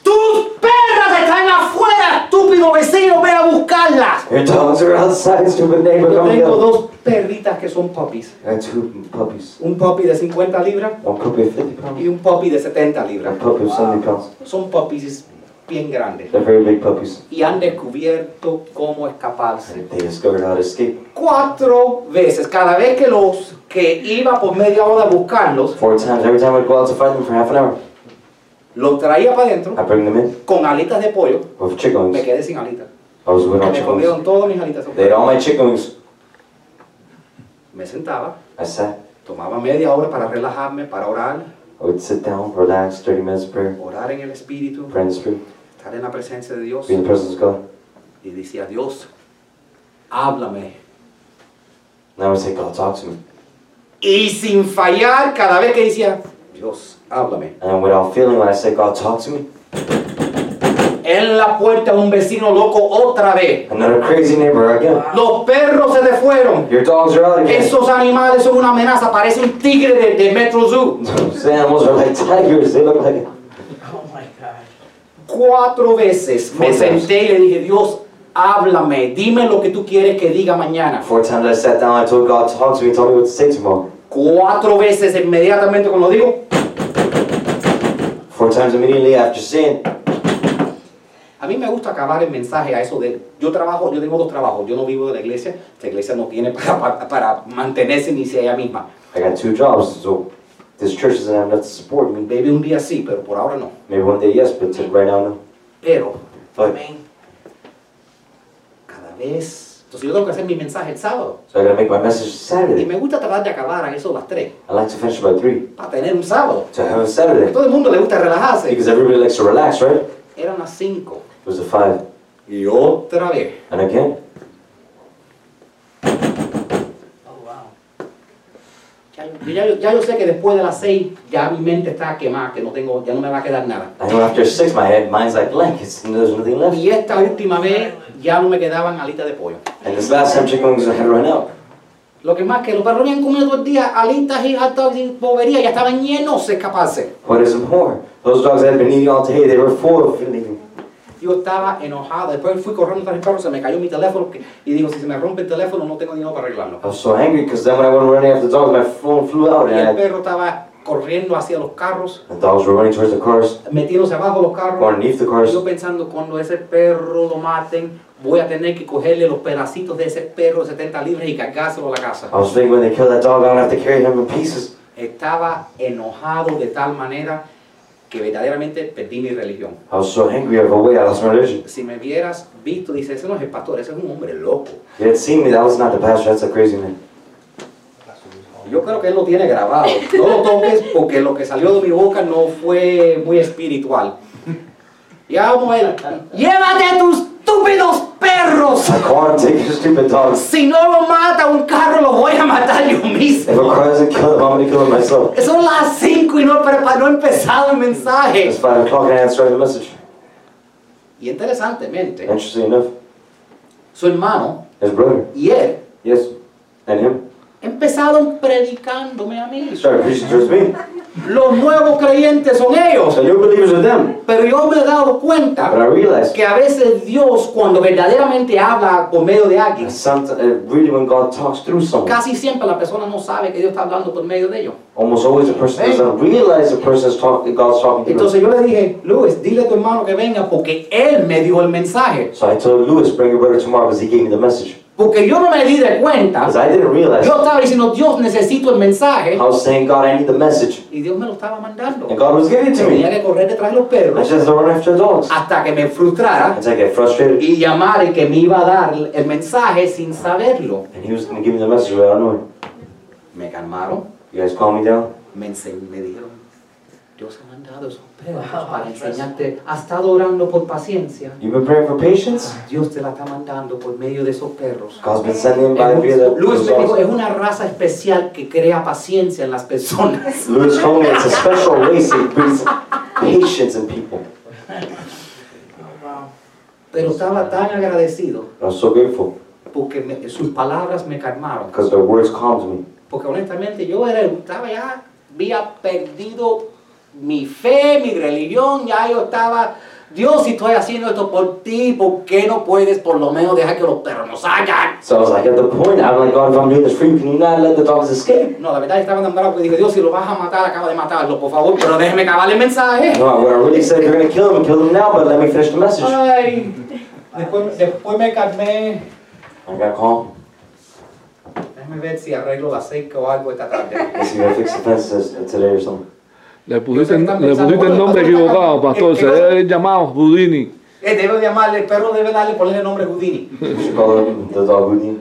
[SPEAKER 1] ¡Tus perras están afuera, estúpido vecino! ¡Ve a buscarlas!
[SPEAKER 2] your dogs are outside, stupid neighbor,
[SPEAKER 1] Yo
[SPEAKER 2] come get
[SPEAKER 1] tengo
[SPEAKER 2] them.
[SPEAKER 1] dos perritas que son puppies.
[SPEAKER 2] I had two puppies.
[SPEAKER 1] Un puppy de 50 libras
[SPEAKER 2] One puppy of 50 pounds,
[SPEAKER 1] y un puppy de 70
[SPEAKER 2] one
[SPEAKER 1] libras.
[SPEAKER 2] puppy of 70 pounds.
[SPEAKER 1] Son puppies bien grandes.
[SPEAKER 2] They're very big puppies.
[SPEAKER 1] Y han descubierto cómo escaparse.
[SPEAKER 2] They discovered how to escape.
[SPEAKER 1] Cuatro veces, cada vez que los que iba por media hora a buscarlos,
[SPEAKER 2] Four times. Every time I'd go out to find them for half an hour,
[SPEAKER 1] los traía para adentro
[SPEAKER 2] I bring them in
[SPEAKER 1] con alitas de pollo.
[SPEAKER 2] with
[SPEAKER 1] Me
[SPEAKER 2] chicken wings.
[SPEAKER 1] quedé sin alitas.
[SPEAKER 2] I was without
[SPEAKER 1] Me
[SPEAKER 2] chicken wings.
[SPEAKER 1] comieron todas mis alitas.
[SPEAKER 2] They ate all my chicken wings.
[SPEAKER 1] Me sentaba,
[SPEAKER 2] I sat.
[SPEAKER 1] tomaba media hora para relajarme, para orar,
[SPEAKER 2] I would sit down, relax, 30 minutes of prayer,
[SPEAKER 1] orar en el espíritu.
[SPEAKER 2] pray in the spirit,
[SPEAKER 1] estar en la presencia de Dios
[SPEAKER 2] be in the presence of God.
[SPEAKER 1] y decía, Dios, háblame.
[SPEAKER 2] And I would say, God, talk to me.
[SPEAKER 1] Y sin fallar, cada vez que decía, Dios, háblame.
[SPEAKER 2] And without feeling, when I say, God, talk to me,
[SPEAKER 1] En la puerta un vecino loco otra vez.
[SPEAKER 2] another crazy neighbor again.
[SPEAKER 1] Los perros se te fueron.
[SPEAKER 2] Your dogs are out again.
[SPEAKER 1] Esos animales son una amenaza, parece un tigre de, de Metro Zoo.
[SPEAKER 2] These animals are like tigers. They look like.
[SPEAKER 3] Oh my God.
[SPEAKER 1] Cuatro veces me
[SPEAKER 2] Four times.
[SPEAKER 1] senté y le dije, Dios, háblame, dime lo que tú quieres que diga mañana.
[SPEAKER 2] Four times I sat down, I told God, talk to me, tell me what to say tomorrow.
[SPEAKER 1] Cuatro veces inmediatamente cuando digo,
[SPEAKER 2] Four times immediately after saying,
[SPEAKER 1] A mí me gusta acabar el mensaje a eso de, yo trabajo, yo tengo dos trabajos, yo no vivo de la iglesia, la iglesia no tiene para, para, para mantenerse ni si ella misma.
[SPEAKER 2] I got two jobs, so this church doesn't have enough to support me.
[SPEAKER 1] Baby, un día sí, pero por ahora no.
[SPEAKER 2] Maybe one day, yes, but to- right now, no.
[SPEAKER 1] Pero
[SPEAKER 2] But,
[SPEAKER 3] Amén.
[SPEAKER 1] cada vez, entonces yo tengo que hacer mi mensaje el sábado.
[SPEAKER 2] so I gotta make my message
[SPEAKER 1] Y
[SPEAKER 2] Saturday.
[SPEAKER 1] me gusta tratar de acabar a eso a las 3,
[SPEAKER 2] I like to finish by three,
[SPEAKER 1] para tener un sábado.
[SPEAKER 2] to have a Saturday.
[SPEAKER 1] Todo el mundo le gusta relajarse.
[SPEAKER 2] Because everybody likes to relax, right? It
[SPEAKER 1] Eran las 5.
[SPEAKER 2] was a five.
[SPEAKER 1] Y otra vez.
[SPEAKER 2] And again,
[SPEAKER 3] Oh wow.
[SPEAKER 1] Ya, yo- ya, yo- ya yo sé que después de las 6 ya mi mente está quemada, que no tengo, ya no me va a quedar nada.
[SPEAKER 2] I know after six, my head, mine's like blank. It's, there's nothing left.
[SPEAKER 1] Y esta última vez ya no me quedaban alitas de pollo.
[SPEAKER 2] And this last time, chicken wings I had run out.
[SPEAKER 1] Lo que más que los perros habían comido todo el día, alitas y hasta bobería, ya estaban llenos de escaparse.
[SPEAKER 2] What is more? Those dogs had been eating all day. They were full of feeling.
[SPEAKER 1] Yo estaba enojado, después fui corriendo tras el perro, se me cayó mi teléfono que- y digo, si se me rompe el teléfono no tengo dinero para arreglarlo.
[SPEAKER 2] I was so angry because then when I went running after the dogs, my phone flew out
[SPEAKER 1] Y el
[SPEAKER 2] and I,
[SPEAKER 1] perro estaba corriendo hacia los carros,
[SPEAKER 2] the dogs were running towards the cars,
[SPEAKER 1] metiéndose abajo de los
[SPEAKER 2] or
[SPEAKER 1] carros.
[SPEAKER 2] underneath the
[SPEAKER 1] Y
[SPEAKER 2] cars.
[SPEAKER 1] Yo pensando, cuando ese perro lo maten, voy a tener que cogerle los pedacitos de ese perro de 70 libras y cargárselo a la casa.
[SPEAKER 2] I was thinking when they kill that dog, I'm gonna have to carry him in pieces.
[SPEAKER 1] Estaba enojado de tal manera que verdaderamente perdí mi religión.
[SPEAKER 2] I was so angry of a way I lost my religion.
[SPEAKER 1] Si me vieras visto, dice, ese no es el pastor, ese es un hombre loco.
[SPEAKER 2] You had seen me. That was not the pastor. That's a crazy man.
[SPEAKER 1] Yo creo que él lo tiene grabado. No lo toques porque lo que salió de mi boca no fue muy espiritual. Ya vamos él. Llévate tus estúpidos perros.
[SPEAKER 2] I called him, take your stupid dogs.
[SPEAKER 1] Si no lo mata un carro, lo voy a matar yo
[SPEAKER 2] If a
[SPEAKER 1] mismo.
[SPEAKER 2] car doesn't kill him, I'm gonna kill him myself.
[SPEAKER 1] Son las 5 y no, he prepa- no he empezado el mensaje.
[SPEAKER 2] It's five o'clock and I had started the message.
[SPEAKER 1] Y interesantemente,
[SPEAKER 2] Interesting enough,
[SPEAKER 1] su hermano
[SPEAKER 2] his brother,
[SPEAKER 1] y él
[SPEAKER 2] yes, and him,
[SPEAKER 1] Empezaron predicándome a mí.
[SPEAKER 2] Started preaching towards me.
[SPEAKER 1] Los nuevos creyentes son ellos.
[SPEAKER 2] So new believers are them.
[SPEAKER 1] Pero yo me he dado
[SPEAKER 2] But I
[SPEAKER 1] cuenta
[SPEAKER 2] realized
[SPEAKER 1] que a veces Dios, cuando verdaderamente habla por medio de alguien,
[SPEAKER 2] that sometimes, really, when God talks through someone,
[SPEAKER 1] casi siempre la persona no sabe que Dios está hablando por medio de ellos.
[SPEAKER 2] almost always the person doesn't realize the person is talking, God's talking through.
[SPEAKER 1] Entonces yo le dije, Luis, dile a tu hermano que venga porque él me dio el mensaje.
[SPEAKER 2] So I told Lewis, bring your brother tomorrow because he gave me the message.
[SPEAKER 1] Porque yo no me di de cuenta.
[SPEAKER 2] Because I didn't realize.
[SPEAKER 1] Yo estaba diciendo, Dios, necesito el mensaje.
[SPEAKER 2] I was saying, God, I need the message.
[SPEAKER 1] Y Dios me lo estaba mandando.
[SPEAKER 2] And God was giving it to
[SPEAKER 1] Tenía
[SPEAKER 2] me.
[SPEAKER 1] que correr detrás de los
[SPEAKER 2] I
[SPEAKER 1] perros
[SPEAKER 2] just run after adults.
[SPEAKER 1] hasta que me frustrara
[SPEAKER 2] As I get frustrated,
[SPEAKER 1] y llamara y que me iba a dar el mensaje sin saberlo.
[SPEAKER 2] and he was going to give me the message without knowing.
[SPEAKER 1] Me calmaron,
[SPEAKER 2] You guys calm me down?
[SPEAKER 1] me, ense- me dijeron, Dios ha mandado esos perros para enseñarte. Ha estado orando por paciencia.
[SPEAKER 2] You've been praying for patience?
[SPEAKER 1] Dios te la está mandando por medio de esos perros.
[SPEAKER 2] God's been sending him by via the
[SPEAKER 1] Luis me dijo,
[SPEAKER 2] results.
[SPEAKER 1] es una raza especial que crea paciencia en las personas.
[SPEAKER 2] Lewis told me it's a special race that brings patience in people.
[SPEAKER 3] Oh, wow.
[SPEAKER 1] Pero estaba tan agradecido
[SPEAKER 2] And I'm so grateful
[SPEAKER 1] porque me- sus palabras me calmaron.
[SPEAKER 2] because their words calmed me.
[SPEAKER 1] Porque honestamente yo era, estaba ya, había perdido mi fe, mi religión, ya yo estaba, Dios, si estoy haciendo esto por ti, ¿por qué no puedes por lo menos dejar que los perros nos hagan?
[SPEAKER 2] So I was like, at the point, I'm like, God, if I'm doing this for you, can you not let the dogs escape?
[SPEAKER 1] No, la verdad estaba tan bravo que dije, Dios, si lo vas a matar, acaba de matarlo, por favor, pero déjeme acabar el mensaje.
[SPEAKER 2] No, what I really said, you're going to kill him, kill him now, but let me finish the message. I
[SPEAKER 1] Ay, después, después me calmé.
[SPEAKER 2] got calm.
[SPEAKER 1] Déjame ver si arreglo la cerca o algo esta tarde.
[SPEAKER 2] Let's see if I fix the fences uh, today or something.
[SPEAKER 5] Le pusiste, le pusiste el nombre equivocado, pastor. Se debe haber llamado Houdini.
[SPEAKER 1] Eh, debo llamarle, el perro debe darle, ponerle el nombre Houdini.
[SPEAKER 2] You should call him the dog Houdini.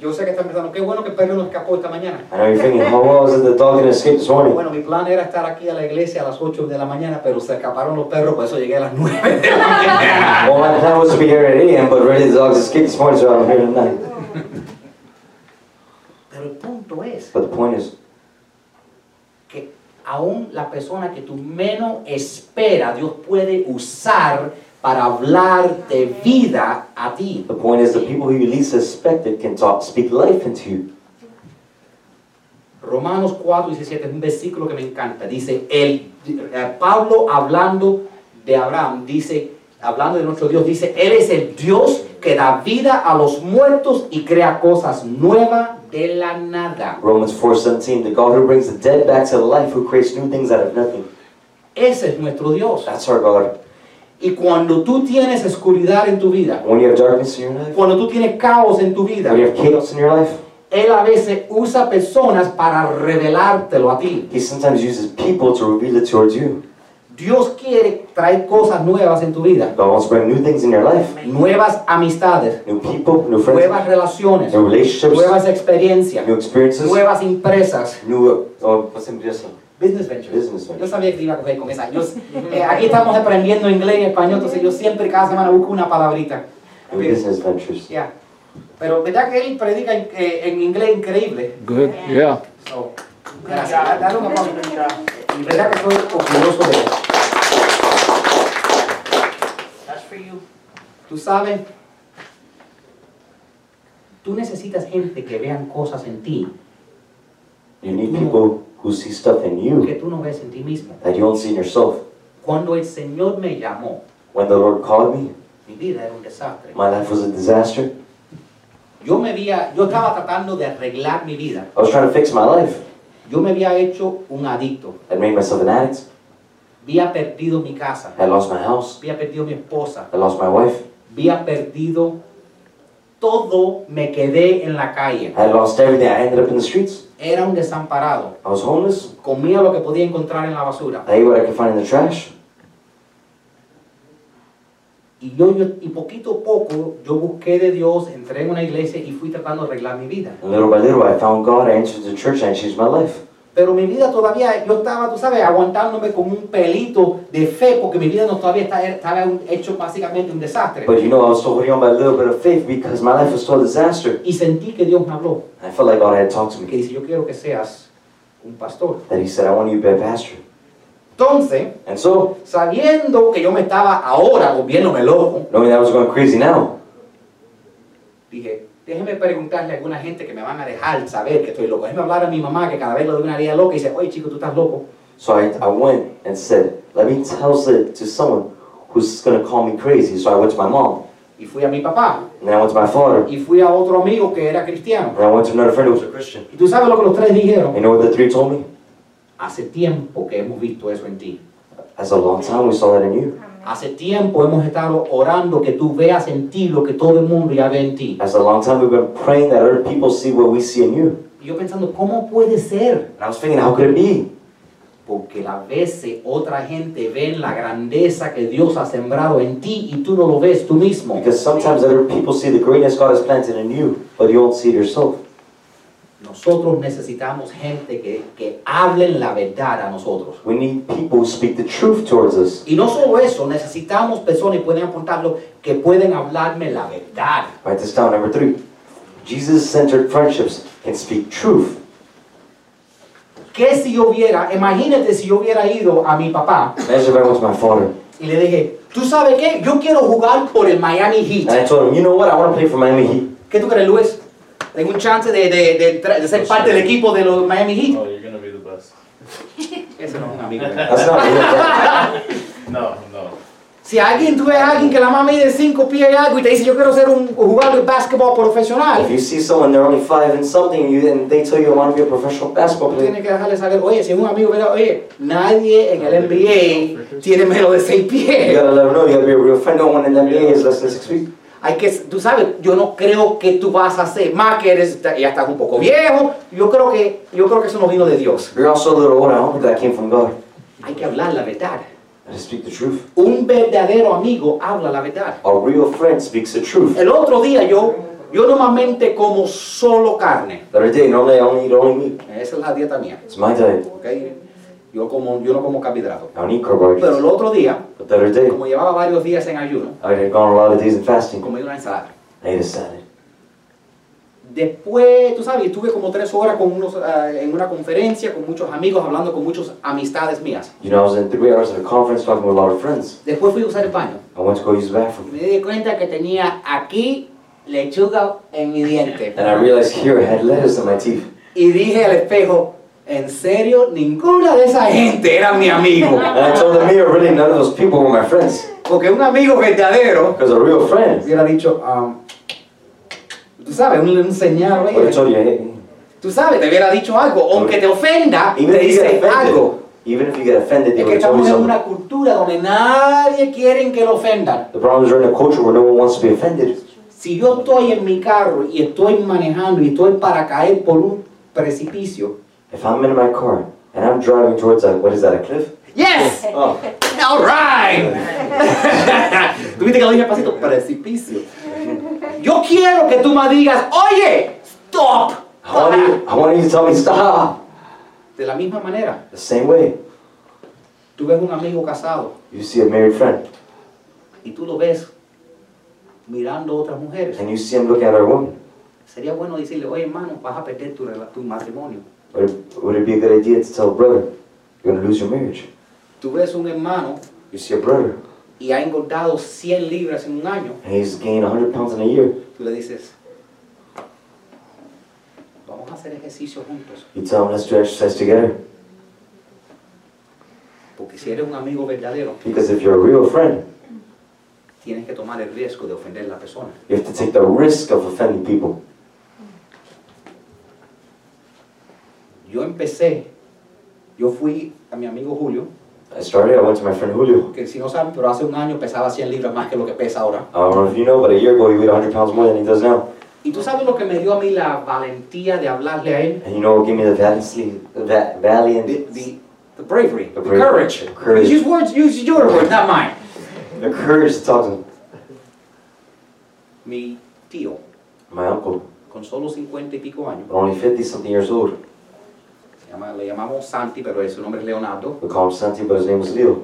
[SPEAKER 1] Yo sé que están pensando, qué bueno que el perro no escapó esta mañana.
[SPEAKER 2] I know you're thinking, how well is it the dog going to escape this morning?
[SPEAKER 1] Bueno, mi plan era estar aquí a la iglesia a las 8 de la mañana, pero se escaparon los perros, por eso llegué a las 9 de la mañana.
[SPEAKER 2] Well, my plan was to be here at 8 a.m., but really the dogs escaped this morning, so I'm here tonight.
[SPEAKER 1] Pero el punto es
[SPEAKER 2] But the point is,
[SPEAKER 1] que aún la persona que tú menos esperas, Dios puede usar para hablar de vida a ti.
[SPEAKER 2] the point is, the people who you least suspected can talk, speak life into you.
[SPEAKER 1] Romanos 4, 17 es un versículo que me encanta. Dice, el, eh, Pablo hablando de Abraham, dice, hablando de nuestro Dios, dice, Él es el Dios que da vida a los muertos y crea cosas nuevas de la nada.
[SPEAKER 2] Romans 4:17, the God who brings the dead back to life, who creates new things out of nothing.
[SPEAKER 1] Ese es nuestro Dios.
[SPEAKER 2] That's our God.
[SPEAKER 1] Y cuando tú tienes oscuridad en tu vida,
[SPEAKER 2] When you have darkness in your life,
[SPEAKER 1] cuando tú tienes caos en tu vida,
[SPEAKER 2] when you have chaos in your life,
[SPEAKER 1] Él a veces usa personas para revelártelo a ti.
[SPEAKER 2] He sometimes uses people to reveal it towards you.
[SPEAKER 1] Dios quiere traer cosas nuevas en tu vida.
[SPEAKER 2] God wants to bring new things in your life,
[SPEAKER 1] Nuevas amistades,
[SPEAKER 2] new people, new
[SPEAKER 1] nuevas
[SPEAKER 2] friends,
[SPEAKER 1] relaciones,
[SPEAKER 2] new relationships,
[SPEAKER 1] nuevas experiencias,
[SPEAKER 2] new experiences,
[SPEAKER 1] nuevas empresas.
[SPEAKER 2] new uh, what's in business?
[SPEAKER 1] Business Ventures.
[SPEAKER 2] Business ventures.
[SPEAKER 1] Yo sabía que te iba a coger con esa. Yo- eh, aquí estamos aprendiendo inglés y español, entonces yo siempre cada semana busco una palabrita.
[SPEAKER 2] New business ventures.
[SPEAKER 1] Ya. Pero verdad que él predica en, eh, en inglés increíble.
[SPEAKER 5] Good, yeah.
[SPEAKER 1] So,
[SPEAKER 3] Good
[SPEAKER 1] gracias. Dale un aplauso.
[SPEAKER 3] job. Good job.
[SPEAKER 1] Y verdad que soy orgulloso de él.
[SPEAKER 3] That's for you.
[SPEAKER 1] Tú sabes, tú necesitas gente que vean cosas en ti
[SPEAKER 2] You need people who see stuff in
[SPEAKER 1] que
[SPEAKER 2] you
[SPEAKER 1] tú no ves en ti mismo.
[SPEAKER 2] that you don't see in yourself.
[SPEAKER 1] Cuando el Señor me llamó,
[SPEAKER 2] When the Lord called me,
[SPEAKER 1] mi vida era un desastre.
[SPEAKER 2] my life was a disaster.
[SPEAKER 1] Yo me había, yo estaba tratando de arreglar mi vida.
[SPEAKER 2] I was trying to fix my life.
[SPEAKER 1] Yo me había hecho un adicto.
[SPEAKER 2] I'd made myself an addict.
[SPEAKER 1] Había perdido mi casa.
[SPEAKER 2] I lost my house.
[SPEAKER 1] Había perdido mi esposa.
[SPEAKER 2] I lost my wife.
[SPEAKER 1] Había perdido todo. Me quedé en la calle.
[SPEAKER 2] I lost everything. I ended up in the streets.
[SPEAKER 1] Era un desamparado.
[SPEAKER 2] I was homeless.
[SPEAKER 1] Comía lo que podía encontrar en la basura.
[SPEAKER 2] I ate what I could find in the trash.
[SPEAKER 1] Y yo, yo- y poquito a poco, yo busqué de Dios, entré en una iglesia y fui tratando de arreglar mi vida.
[SPEAKER 2] And little by little, I found God. I entered the church. I changed my life.
[SPEAKER 1] Pero mi vida todavía, yo estaba, tú sabes, aguantándome con un pelito de fe, porque mi vida no todavía está- estaba un- hecho básicamente un desastre.
[SPEAKER 2] But you know, I was still holding on by a little bit of faith because my life was still a disaster.
[SPEAKER 1] Y sentí que Dios me habló,
[SPEAKER 2] I felt like God had talked to
[SPEAKER 1] que
[SPEAKER 2] me.
[SPEAKER 1] dice, yo quiero que seas un pastor.
[SPEAKER 2] That He said, I want you to be a pastor.
[SPEAKER 1] Entonces,
[SPEAKER 2] And so,
[SPEAKER 1] sabiendo que yo me estaba ahora volviéndome loco,
[SPEAKER 2] knowing that I was going crazy now,
[SPEAKER 1] dije, Déjeme preguntarle a alguna gente que me van a dejar saber que estoy loco. Déjeme hablar a mi mamá que cada vez le doy una idea loca y dice, oye chico, tú estás loco.
[SPEAKER 2] So I, I went and said, let me tell it to someone who's gonna call me crazy. So I went to my mom,
[SPEAKER 1] Y fui a mi papá.
[SPEAKER 2] and then I went to my father,
[SPEAKER 1] Y fui a otro amigo que era cristiano.
[SPEAKER 2] and I went to another friend who was a Christian.
[SPEAKER 1] Y tú sabes lo que los tres dijeron.
[SPEAKER 2] You know what the three told me?
[SPEAKER 1] Hace tiempo que hemos visto eso en ti.
[SPEAKER 2] That's a long time we saw that in you.
[SPEAKER 1] Hace tiempo hemos estado orando que tú veas en ti lo que todo el mundo ya ve en ti.
[SPEAKER 2] That's a long time we've been praying that other people see what we see in you.
[SPEAKER 1] Y yo pensando, ¿cómo puede ser?
[SPEAKER 2] And I was thinking, how could it be?
[SPEAKER 1] Porque a veces otra gente ve la grandeza que Dios ha sembrado en ti y tú no lo ves tú mismo.
[SPEAKER 2] Because sometimes other people see the greatness God has planted in you, but you don't see it yourself.
[SPEAKER 1] Nosotros necesitamos gente que, que hablen la verdad a nosotros.
[SPEAKER 2] We need people who speak the truth towards us.
[SPEAKER 1] Y no solo eso, necesitamos personas, y pueden apuntarlo, que pueden hablarme la verdad.
[SPEAKER 2] Write this down, number three. Jesus centered friendships can speak truth.
[SPEAKER 1] ¿Qué si yo hubiera, imagínate si yo hubiera ido a mi papá
[SPEAKER 2] Imagine if I went to my father
[SPEAKER 1] y le dije, ¿tú sabes qué? Yo quiero jugar por el Miami
[SPEAKER 2] and
[SPEAKER 1] Heat.
[SPEAKER 2] I told him, you know what, I want to play for Miami Heat.
[SPEAKER 1] ¿Qué tú crees, Luis? ¿Tengo un chance de, de- de tra- de ser parte del equipo de los Miami Heat?
[SPEAKER 4] Oh, you're gonna be the best.
[SPEAKER 1] Ese no es un amigo. mío.
[SPEAKER 2] That's not real. Dad.
[SPEAKER 4] No, no.
[SPEAKER 1] Si alguien, tú ves a alguien que la mamá mide 5 pies y algo y te dice, yo quiero ser un jugador de básquetbol profesional,
[SPEAKER 2] If you see someone, they're only five and something, you, and they tell you, I want to be a professional basketball
[SPEAKER 1] Tú
[SPEAKER 2] player.
[SPEAKER 1] tienes que dejarle saber, oye, si un amigo me da, oye, nadie en el NBA tiene menos de seis
[SPEAKER 2] You
[SPEAKER 1] pies.
[SPEAKER 2] gotta let them know, you gotta be a real friend. No one in the NBA is less than six feet.
[SPEAKER 1] Hay que, tú sabes, yo no creo que tú vas a ser, más que eres, ya estás un poco viejo, yo creo que, yo creo que eso no vino de Dios.
[SPEAKER 2] You're also a little older. I don't think that came from God.
[SPEAKER 1] Hay que hablar la verdad.
[SPEAKER 2] I just speak the truth.
[SPEAKER 1] Un verdadero amigo habla la verdad.
[SPEAKER 2] A real friend speaks the truth.
[SPEAKER 1] El otro día yo, yo normalmente como solo carne.
[SPEAKER 2] The other day, normally I only eat only meat.
[SPEAKER 1] Esa es la dieta mía,
[SPEAKER 2] It's my diet.
[SPEAKER 1] ¿ok? Yo, como, yo no como carbohidratos.
[SPEAKER 2] I don't eat
[SPEAKER 1] Pero el
[SPEAKER 2] carbohydrates.
[SPEAKER 1] otro día,
[SPEAKER 2] But the other day,
[SPEAKER 1] como llevaba varios días en ayuno,
[SPEAKER 2] I had gone a lot of days in fasting.
[SPEAKER 1] comí una ensalada.
[SPEAKER 2] I ate a salad.
[SPEAKER 1] Después, tú sabes, estuve como tres horas con unos, ah, en una conferencia con muchos amigos, hablando con muchas amistades mías.
[SPEAKER 2] You know, I was in three hours at a conference talking with a lot of friends.
[SPEAKER 1] Después fui a usar el baño.
[SPEAKER 2] I went to go use the bathroom.
[SPEAKER 1] Me di cuenta que tenía aquí lechuga en mi diente.
[SPEAKER 2] And I realized here I had lettuce in my teeth.
[SPEAKER 1] Y dije al espejo, en serio, ninguna de esa gente era mi amigo.
[SPEAKER 2] And I told the mirror, really, none of those people were my friends.
[SPEAKER 1] Porque un amigo verdadero
[SPEAKER 2] Because a real friend
[SPEAKER 1] hubiera dicho, ah, tú sabes, un, un señal,
[SPEAKER 2] would have
[SPEAKER 1] oye,
[SPEAKER 2] told you, hey,
[SPEAKER 1] tú sabes, te hubiera dicho algo. Aunque te ofenda,
[SPEAKER 2] even
[SPEAKER 1] te
[SPEAKER 2] if you get
[SPEAKER 1] dice algo.
[SPEAKER 2] offended, even if you get offended, they
[SPEAKER 1] Es que
[SPEAKER 2] would have told you
[SPEAKER 1] estamos en una
[SPEAKER 2] something.
[SPEAKER 1] cultura donde nadie quiere que lo ofendan.
[SPEAKER 2] The problem is we're in a culture where no one wants to be offended.
[SPEAKER 1] Si yo estoy en mi carro y estoy manejando y estoy para caer por un precipicio.
[SPEAKER 2] If I'm in my car and I'm driving towards a, what is that, a cliff?
[SPEAKER 1] Yes!
[SPEAKER 2] Oh.
[SPEAKER 1] All right! Tuviste que lo dije pasito, precipicio. Yo quiero que tú me digas, oye, stop.
[SPEAKER 2] I want you, I want you to tell me stop.
[SPEAKER 1] De la misma manera,
[SPEAKER 2] The same way,
[SPEAKER 1] tú ves un amigo casado
[SPEAKER 2] you see a married friend
[SPEAKER 1] y tú lo ves mirando a otras mujeres.
[SPEAKER 2] and you see him looking at a woman.
[SPEAKER 1] Sería bueno decirle, oye hermano, vas a perder tu, rela- tu matrimonio.
[SPEAKER 2] Would it, would it be a good idea to tell a brother, you're gonna lose your marriage?
[SPEAKER 1] Tú ves un hermano
[SPEAKER 2] You see a brother
[SPEAKER 1] y ha engordado 100 libras en un año,
[SPEAKER 2] and he's gained 100 pounds in a year.
[SPEAKER 1] tú le dices, vamos a hacer ejercicio juntos.
[SPEAKER 2] You tell him, let's do exercise together.
[SPEAKER 1] Porque si eres un amigo verdadero,
[SPEAKER 2] Because if you're a real friend,
[SPEAKER 1] tienes que tomar el riesgo de ofender a la persona.
[SPEAKER 2] you have to take the risk of offending people.
[SPEAKER 1] Yo empecé, yo fui a mi amigo Julio,
[SPEAKER 2] I started, I went to my friend Julio.
[SPEAKER 1] que si no saben, pero hace un año pesaba 100 libras más que lo que pesa ahora.
[SPEAKER 2] I don't know if you know, but a year ago he weighed 100 pounds more than he does now.
[SPEAKER 1] Y tú sabes lo que me dio a mí la valentía de hablarle a él.
[SPEAKER 2] And you know what gave me the valiancy, the valiant,
[SPEAKER 1] The, the, the bravery,
[SPEAKER 2] The
[SPEAKER 1] the,
[SPEAKER 2] bravery,
[SPEAKER 1] courage.
[SPEAKER 2] the courage.
[SPEAKER 1] Use words, use your words, not mine.
[SPEAKER 2] the courage to talk to him?
[SPEAKER 1] Mi tío,
[SPEAKER 2] My uncle,
[SPEAKER 1] con solo 50 y pico años,
[SPEAKER 2] only 50 something years old.
[SPEAKER 1] se llama- le llamamos Santi, pero su nombre es Leonardo,
[SPEAKER 2] We call him Santi, but his name was Leo.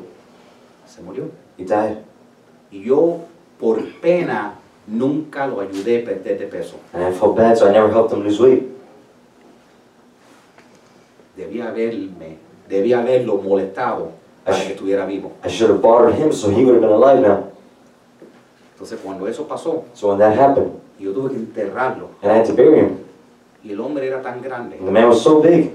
[SPEAKER 1] se murió.
[SPEAKER 2] He died.
[SPEAKER 1] Y yo, por pena, nunca lo ayudé a perder de peso.
[SPEAKER 2] And I felt bad, so I never helped him lose weight.
[SPEAKER 1] Debía haberme, debía haberlo molestado para que estuviera vivo.
[SPEAKER 2] I should have bothered him so he would have been alive now.
[SPEAKER 1] Entonces, cuando eso pasó,
[SPEAKER 2] So when that happened,
[SPEAKER 1] Y yo tuve que enterrarlo.
[SPEAKER 2] And I had to bury him.
[SPEAKER 1] Y el hombre era tan grande
[SPEAKER 2] And the man was so big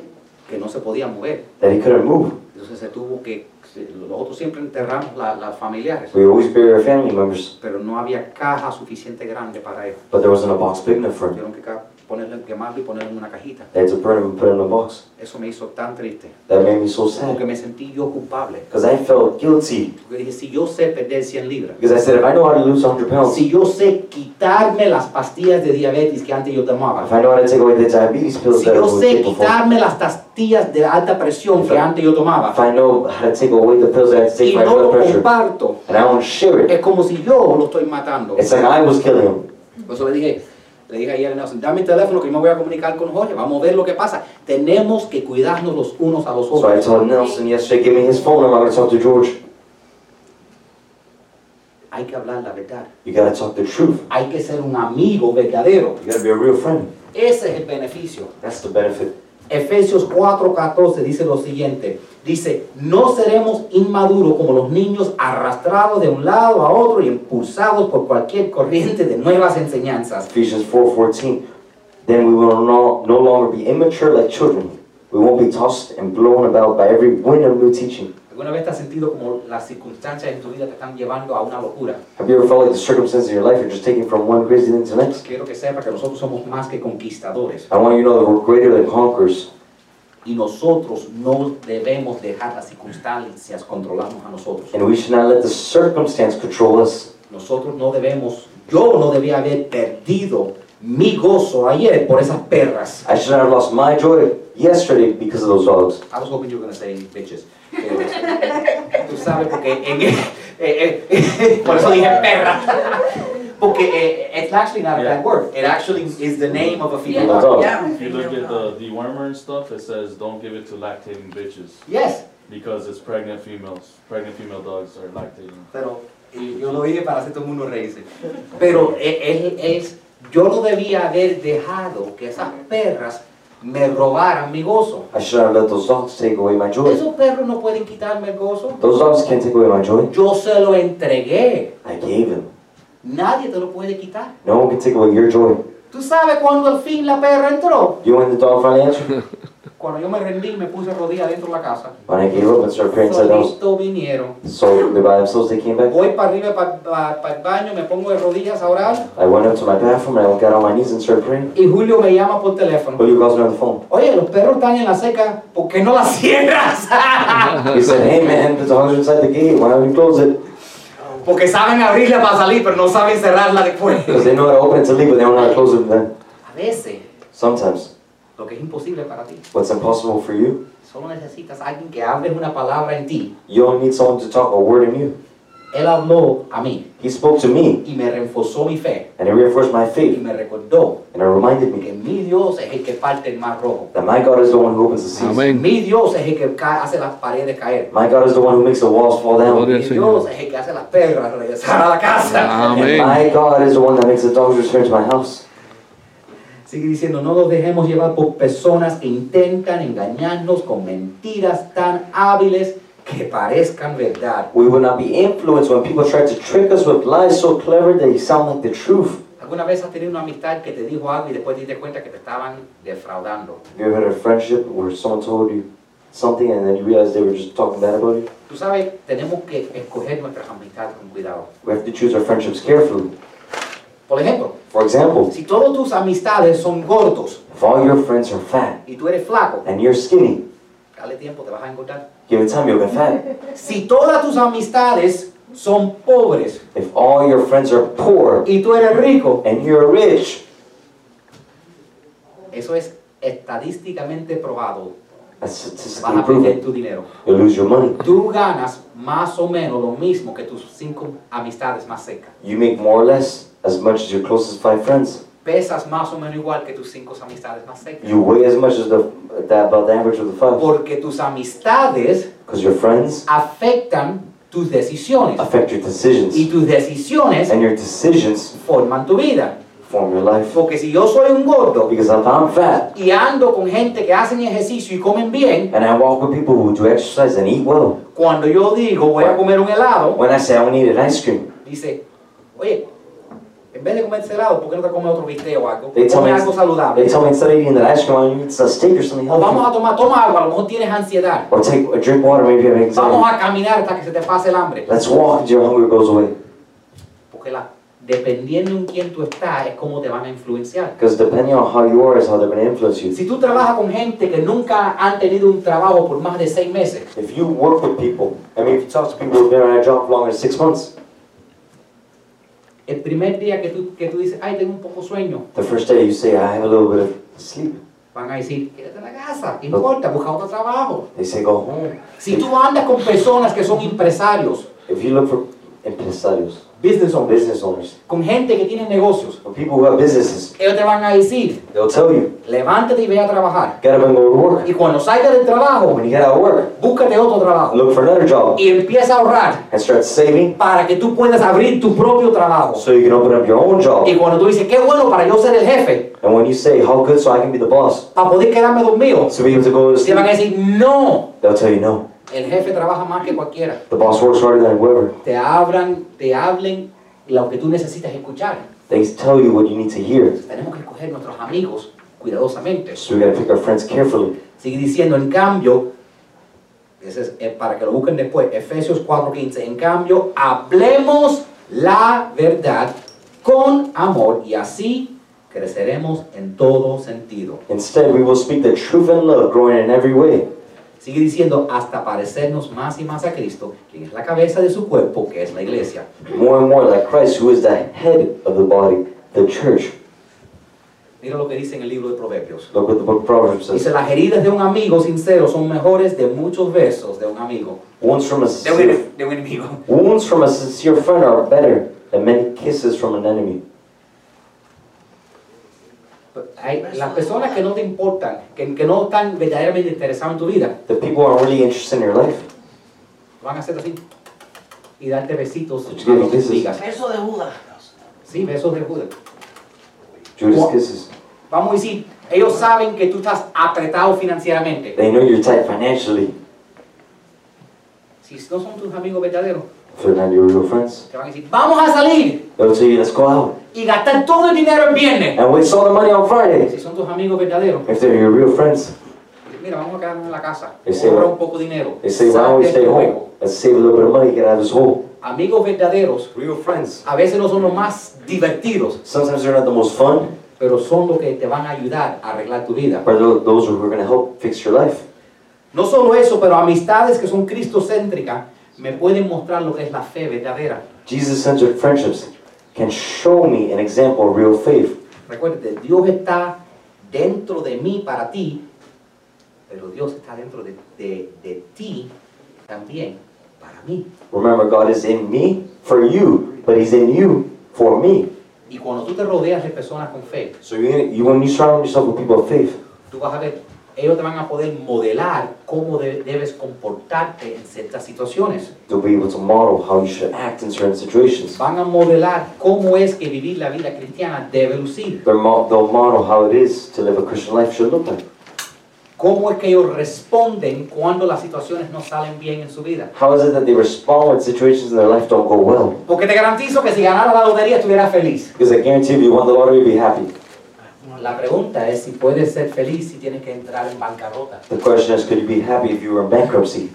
[SPEAKER 1] que no se podía mover.
[SPEAKER 2] that he couldn't move.
[SPEAKER 1] Entonces se tuvo que, se- nosotros siempre enterramos la- las familiares,
[SPEAKER 2] We always bury our family members,
[SPEAKER 1] pero no había caja suficiente grande para él.
[SPEAKER 2] but there wasn't a box big enough for him.
[SPEAKER 1] Tuvieron que ca- ponerlo, quemarlo y ponerlo en una cajita.
[SPEAKER 2] They had to burn him and put him in a box.
[SPEAKER 1] Eso me hizo tan triste,
[SPEAKER 2] That made me so
[SPEAKER 1] porque
[SPEAKER 2] sad
[SPEAKER 1] me sentí yo culpable.
[SPEAKER 2] because I felt guilty.
[SPEAKER 1] Porque dije, si yo sé perder 100 libras,
[SPEAKER 2] Because I said, if I know how to lose 100 pounds,
[SPEAKER 1] si yo sé quitarme las pastillas de diabetes que antes yo tomaba,
[SPEAKER 2] if I know how to take away the diabetes pills
[SPEAKER 1] si
[SPEAKER 2] that I
[SPEAKER 1] yo
[SPEAKER 2] was
[SPEAKER 1] sé
[SPEAKER 2] taking before, if
[SPEAKER 1] quitarme las pastillas de alta presión que antes yo tomaba,
[SPEAKER 2] I know how to take away the pills that I had to take
[SPEAKER 1] y
[SPEAKER 2] for my
[SPEAKER 1] no
[SPEAKER 2] blood
[SPEAKER 1] lo
[SPEAKER 2] pressure,
[SPEAKER 1] comparto,
[SPEAKER 2] and I don't share it,
[SPEAKER 1] es como si yo lo estoy matando.
[SPEAKER 2] it's like I was killing him.
[SPEAKER 1] Por eso le dije, le dije ayer a Nelson, dame el teléfono que yo me voy a comunicar con Jorge, vamos a ver lo que pasa. Tenemos que cuidarnos los unos a los
[SPEAKER 2] So I
[SPEAKER 1] otros.
[SPEAKER 2] told Nelson yesterday, give me his phone, I'm going to talk to George.
[SPEAKER 1] Hay que hablar la verdad.
[SPEAKER 2] You got to talk the truth.
[SPEAKER 1] Hay que ser un amigo verdadero.
[SPEAKER 2] You got to be a real friend.
[SPEAKER 1] Ese es el beneficio.
[SPEAKER 2] That's the benefit.
[SPEAKER 1] Efesios 4:14 dice lo siguiente. Dice, no seremos inmaduros como los niños arrastrados de un lado a otro y impulsados por cualquier corriente de nuevas enseñanzas.
[SPEAKER 2] Ephesians 4:14. Then we will no, no longer be immature like children. We won't be tossed and blown about by every wind of new teaching.
[SPEAKER 1] ¿Alguna vez te has sentido como las circunstancias en tu vida te están llevando a una locura?
[SPEAKER 2] Have you ever felt like the circumstances of your life are just taking from one crazy thing to the next?
[SPEAKER 1] Quiero que sepa que nosotros somos más que conquistadores.
[SPEAKER 2] I want you to know that we're greater than conquerors,
[SPEAKER 1] Y nosotros no debemos dejar las circunstancias controlarnos a nosotros.
[SPEAKER 2] and we should not let the circumstance control us.
[SPEAKER 1] Nosotros no debemos, yo no debía haber perdido mi gozo ayer por esas perras.
[SPEAKER 2] I should not have lost my joy yesterday because of those dogs.
[SPEAKER 1] I was hoping you were gonna say bitches. Pero, Tú sabes porque en, eh, eh, eh, por eso dije perra. Porque eh, it's actually not a bad word. It actually is the name of a female
[SPEAKER 2] Yeah.
[SPEAKER 1] dog.
[SPEAKER 3] Yeah.
[SPEAKER 4] If you look at the dewormer and stuff, it says don't give it to lactating bitches
[SPEAKER 1] Yes,
[SPEAKER 4] because it's pregnant females. Pregnant female dogs are lactating.
[SPEAKER 1] pero y yo lo dije para hacer todo el mundo reírse. Pero eh, es, es- yo no debía haber dejado que esas perras me robaran mi gozo.
[SPEAKER 2] I should not have let those dogs take away my joy.
[SPEAKER 1] Esos perros no pueden quitarme el gozo.
[SPEAKER 2] Those dogs can't take away my joy.
[SPEAKER 1] Yo se lo entregué.
[SPEAKER 2] I gave them.
[SPEAKER 1] Nadie te lo puede quitar.
[SPEAKER 2] No one can take away your joy.
[SPEAKER 1] ¿Tú sabes cuándo al fin la perra entró?
[SPEAKER 2] You want the dog finally answered?
[SPEAKER 1] Cuando yo me rendí y me puse rodillas dentro de la casa.
[SPEAKER 2] When I gave up and started praying to those,
[SPEAKER 1] Solito vinieron.
[SPEAKER 2] so they by themselves they came back.
[SPEAKER 1] Voy para arriba, para el baño, me pongo de rodillas a orar.
[SPEAKER 2] I went up to my bathroom and I got on my knees and started praying. Oh,
[SPEAKER 1] Y Julio me llama por teléfono.
[SPEAKER 2] Julio calls me on the phone.
[SPEAKER 1] Oye, los perros están en la seca, ¿por qué no la cierras?
[SPEAKER 2] He said, Hey man, the dogs are inside the gate. Why don't you close it?
[SPEAKER 1] Porque saben abrirla para salir, pero no saben cerrarla después.
[SPEAKER 2] Because they know how to open it to leave, but they don't know how to close it then.
[SPEAKER 1] A veces,
[SPEAKER 2] Sometimes.
[SPEAKER 1] lo que es imposible para ti,
[SPEAKER 2] What's impossible for you,
[SPEAKER 1] solo necesitas a alguien que hable una palabra en ti.
[SPEAKER 2] you don't need someone to talk a word in you.
[SPEAKER 1] Él habló a mí
[SPEAKER 2] He spoke to me
[SPEAKER 1] y me reforzó mi fe
[SPEAKER 2] and it reinforced my
[SPEAKER 1] y
[SPEAKER 2] faith
[SPEAKER 1] me recordó
[SPEAKER 2] and it reminded me
[SPEAKER 1] que mi Dios es el que parte el mar rojo.
[SPEAKER 2] that my God is the one who opens the seas.
[SPEAKER 5] Amén.
[SPEAKER 1] Mi Dios es el que ca- hace las paredes caer.
[SPEAKER 2] My God is the one who makes the walls fall down.
[SPEAKER 5] Gloria
[SPEAKER 1] Mi
[SPEAKER 5] al Señor.
[SPEAKER 1] Dios es el que hace las perras regresar a la casa.
[SPEAKER 2] And
[SPEAKER 5] Amén.
[SPEAKER 2] my God is the one that makes the dogs return to my house.
[SPEAKER 1] Sigue diciendo, no nos dejemos llevar por personas que intentan engañarnos con mentiras tan hábiles que parezcan verdad.
[SPEAKER 2] We will not be influenced when people try to trick us with lies so clever they sound like the truth.
[SPEAKER 1] ¿Alguna vez has tenido una amistad que te dijo algo y después te diste cuenta que te estaban defraudando?
[SPEAKER 2] Have you ever had a friendship where someone told you something and then you realized they were just talking bad about you?
[SPEAKER 1] Tú sabes, tenemos que escoger nuestras amistades con cuidado.
[SPEAKER 2] We have to choose our friendships carefully.
[SPEAKER 1] Por ejemplo,
[SPEAKER 2] For example,
[SPEAKER 1] si todas tus amistades son gordos
[SPEAKER 2] if all your friends are fat
[SPEAKER 1] y tú eres flaco,
[SPEAKER 2] and you're skinny,
[SPEAKER 1] dale tiempo, te vas a engordar.
[SPEAKER 2] give it time, you'll get fat.
[SPEAKER 1] Si todas tus amistades son pobres
[SPEAKER 2] If all your friends are poor
[SPEAKER 1] y tú eres rico,
[SPEAKER 2] and you're rich,
[SPEAKER 1] eso es estadísticamente probado.
[SPEAKER 2] that's
[SPEAKER 1] Vas
[SPEAKER 2] statistically
[SPEAKER 1] a perder
[SPEAKER 2] proven.
[SPEAKER 1] tu dinero.
[SPEAKER 2] You'll lose your money.
[SPEAKER 1] Tú ganas más o menos lo mismo que tus cinco amistades más cerca.
[SPEAKER 2] You make more or less as much as your closest five friends.
[SPEAKER 1] Pesas más o menos igual que tus cinco amistades más cerca.
[SPEAKER 2] You weigh as much as the that about the average of the five.
[SPEAKER 1] Porque tus amistades
[SPEAKER 2] Because your friends
[SPEAKER 1] afectan tus decisiones.
[SPEAKER 2] affect your decisions.
[SPEAKER 1] Y tus decisiones
[SPEAKER 2] And your decisions
[SPEAKER 1] forman tu vida.
[SPEAKER 2] form your life.
[SPEAKER 1] Porque si yo soy un gordo
[SPEAKER 2] Because if I'm fat,
[SPEAKER 1] y ando con gente que hacen ejercicio y comen bien,
[SPEAKER 2] And I walk with people who do exercise and eat well.
[SPEAKER 1] cuando yo digo voy a comer un helado,
[SPEAKER 2] When I say I want to eat an ice cream,
[SPEAKER 1] dice, oye, En vez de comer helado, ¿por qué no te comes otro bistec o algo?
[SPEAKER 2] They tell
[SPEAKER 1] Come
[SPEAKER 2] me-
[SPEAKER 1] algo saludable.
[SPEAKER 2] They tell me instead of eating the ice cream, I want to eat a steak or something
[SPEAKER 1] O vamos
[SPEAKER 2] healthy.
[SPEAKER 1] a tomar, toma agua, a lo mejor tienes ansiedad.
[SPEAKER 2] Or take or drink water, maybe you have
[SPEAKER 1] Vamos
[SPEAKER 2] anxiety.
[SPEAKER 1] a caminar hasta que se te pase el hambre.
[SPEAKER 2] Let's walk until your hunger goes away.
[SPEAKER 1] Porque la, dependiendo en quién tú estás, es cómo te van a influenciar.
[SPEAKER 2] Because depending on how you are is how they're going to influence you.
[SPEAKER 1] Si tú trabajas con gente que nunca han tenido un trabajo por más de seis meses,
[SPEAKER 2] If you work with people, I mean, if you talk to people who've been on a job for longer than six months,
[SPEAKER 1] el primer día que tú, que tú dices, ay, tengo un poco sueño,
[SPEAKER 2] the first day you say, I have a little bit of sleep.
[SPEAKER 1] van a decir, quédate en la casa, no importa, busca otro trabajo.
[SPEAKER 2] They say, go home.
[SPEAKER 1] Si tú andas con personas que son empresarios,
[SPEAKER 2] If you look for empresarios,
[SPEAKER 1] business owners,
[SPEAKER 2] business owners,
[SPEAKER 1] con gente que tiene negocios,
[SPEAKER 2] or people who have businesses,
[SPEAKER 1] ellos te van a decir,
[SPEAKER 2] they'll tell you,
[SPEAKER 1] levántate y ve a trabajar.
[SPEAKER 2] get up and go to work.
[SPEAKER 1] Y cuando salgas del trabajo,
[SPEAKER 2] When you get out of work,
[SPEAKER 1] búscate otro trabajo
[SPEAKER 2] look for another job
[SPEAKER 1] y empieza a ahorrar
[SPEAKER 2] and start saving
[SPEAKER 1] para que tú puedas abrir tu propio trabajo.
[SPEAKER 2] so you can open up your own job.
[SPEAKER 1] Y cuando tú dices, qué bueno para yo ser el jefe,
[SPEAKER 2] And when you say, how good so I can be the boss,
[SPEAKER 1] para poder quedarme dormido,
[SPEAKER 2] so we have to go to
[SPEAKER 1] te van a
[SPEAKER 2] sleep,
[SPEAKER 1] decir, no,
[SPEAKER 2] they'll tell you no.
[SPEAKER 1] el jefe trabaja más que cualquiera.
[SPEAKER 2] The boss works harder than whoever.
[SPEAKER 1] Te hablan, te hablen lo que tú necesitas escuchar.
[SPEAKER 2] They tell you what you need to hear.
[SPEAKER 1] Tenemos que escoger nuestros amigos cuidadosamente.
[SPEAKER 2] So we gotta pick our friends carefully.
[SPEAKER 1] Sigue diciendo, en cambio, ese es, eh, para que lo busquen después, Efesios 4:15, en cambio, hablemos la verdad con amor y así creceremos en todo sentido.
[SPEAKER 2] Instead, we will speak the truth and love, growing in every way.
[SPEAKER 1] Sigue diciendo, hasta parecernos más y más a Cristo, quien es la cabeza de su cuerpo, que es la iglesia.
[SPEAKER 2] More and more like Christ, who is the head of the body, the church.
[SPEAKER 1] Mira lo que dice en el libro de Proverbios.
[SPEAKER 2] Look what the book of Proverbs says.
[SPEAKER 1] Dice, las heridas de un amigo sincero son mejores de muchos besos de un amigo.
[SPEAKER 2] Wounds from a
[SPEAKER 1] De un,
[SPEAKER 2] sincere,
[SPEAKER 1] en- de un enemigo.
[SPEAKER 2] wounds from a sincere friend are better than many kisses from an enemy.
[SPEAKER 1] Hay- las personas que no te importan, que, que no están verdaderamente interesadas en tu vida,
[SPEAKER 2] The people who aren't really interested in your life.
[SPEAKER 1] van a hacer así y darte besitos
[SPEAKER 2] Which
[SPEAKER 1] a lo que
[SPEAKER 2] gives kisses.
[SPEAKER 1] digas.
[SPEAKER 3] Beso de Buda.
[SPEAKER 1] Sí, besos de Judas.
[SPEAKER 2] Judas
[SPEAKER 1] What?
[SPEAKER 2] kisses.
[SPEAKER 1] Vamos a decir, ellos saben que tú estás apretado financieramente.
[SPEAKER 2] They know you're tight financially.
[SPEAKER 1] Si no son tus amigos verdaderos,
[SPEAKER 2] If they're not your real friends,
[SPEAKER 1] te van a decir, vamos a salir
[SPEAKER 2] they'll tell you, let's go out.
[SPEAKER 1] y gastar todo el dinero el viernes.
[SPEAKER 2] And waste all the money on Friday.
[SPEAKER 1] Si son tus amigos verdaderos,
[SPEAKER 2] If they're your real friends,
[SPEAKER 1] dicen, mira, vamos a quedarnos en la casa,
[SPEAKER 2] Ese-
[SPEAKER 1] ahorra un poco de dinero.
[SPEAKER 2] they say, why
[SPEAKER 1] sal
[SPEAKER 2] don't we
[SPEAKER 1] de
[SPEAKER 2] stay
[SPEAKER 1] este
[SPEAKER 2] home?
[SPEAKER 1] juego".
[SPEAKER 2] Let's save a little bit of money, get out of this hole.
[SPEAKER 1] Amigos verdaderos
[SPEAKER 2] Real friends.
[SPEAKER 1] a veces no son los más divertidos,
[SPEAKER 2] Sometimes they're not the most fun,
[SPEAKER 1] pero son los que te van a ayudar a arreglar tu vida.
[SPEAKER 2] but they're those who are going to help fix your life.
[SPEAKER 1] No solo eso, pero amistades que son cristocéntricas me pueden mostrar lo que es la fe verdadera.
[SPEAKER 2] Jesus-centered friendships can show me an example of real faith.
[SPEAKER 1] Recuérdate, Dios está dentro de mí para ti, pero Dios está dentro de, de- de ti también para mí.
[SPEAKER 2] Remember, God is in me for you, but He's in you for me.
[SPEAKER 1] Y cuando tú te rodeas de personas con fe,
[SPEAKER 2] So you, you when you surround yourself with people of faith,
[SPEAKER 1] tú vas a ver, ellos te van a poder modelar cómo de- debes comportarte en ciertas situaciones.
[SPEAKER 2] you'll be able to model how you should act in certain situations.
[SPEAKER 1] Van a modelar cómo es que vivir la vida cristiana debe lucir.
[SPEAKER 2] They're mo- they'll model how it is to live a Christian life should look like.
[SPEAKER 1] Cómo es que ellos responden cuando las situaciones no salen bien en su vida.
[SPEAKER 2] How is it that they respond when situations in their life don't go well?
[SPEAKER 1] Porque te garantizo que si ganara la lotería estuviera feliz.
[SPEAKER 2] Because I guarantee if you won the lottery, you'd be happy.
[SPEAKER 1] La pregunta es si puedes ser feliz si tienes que entrar en bancarrota.
[SPEAKER 2] The question is, could you be happy if you were in bankruptcy?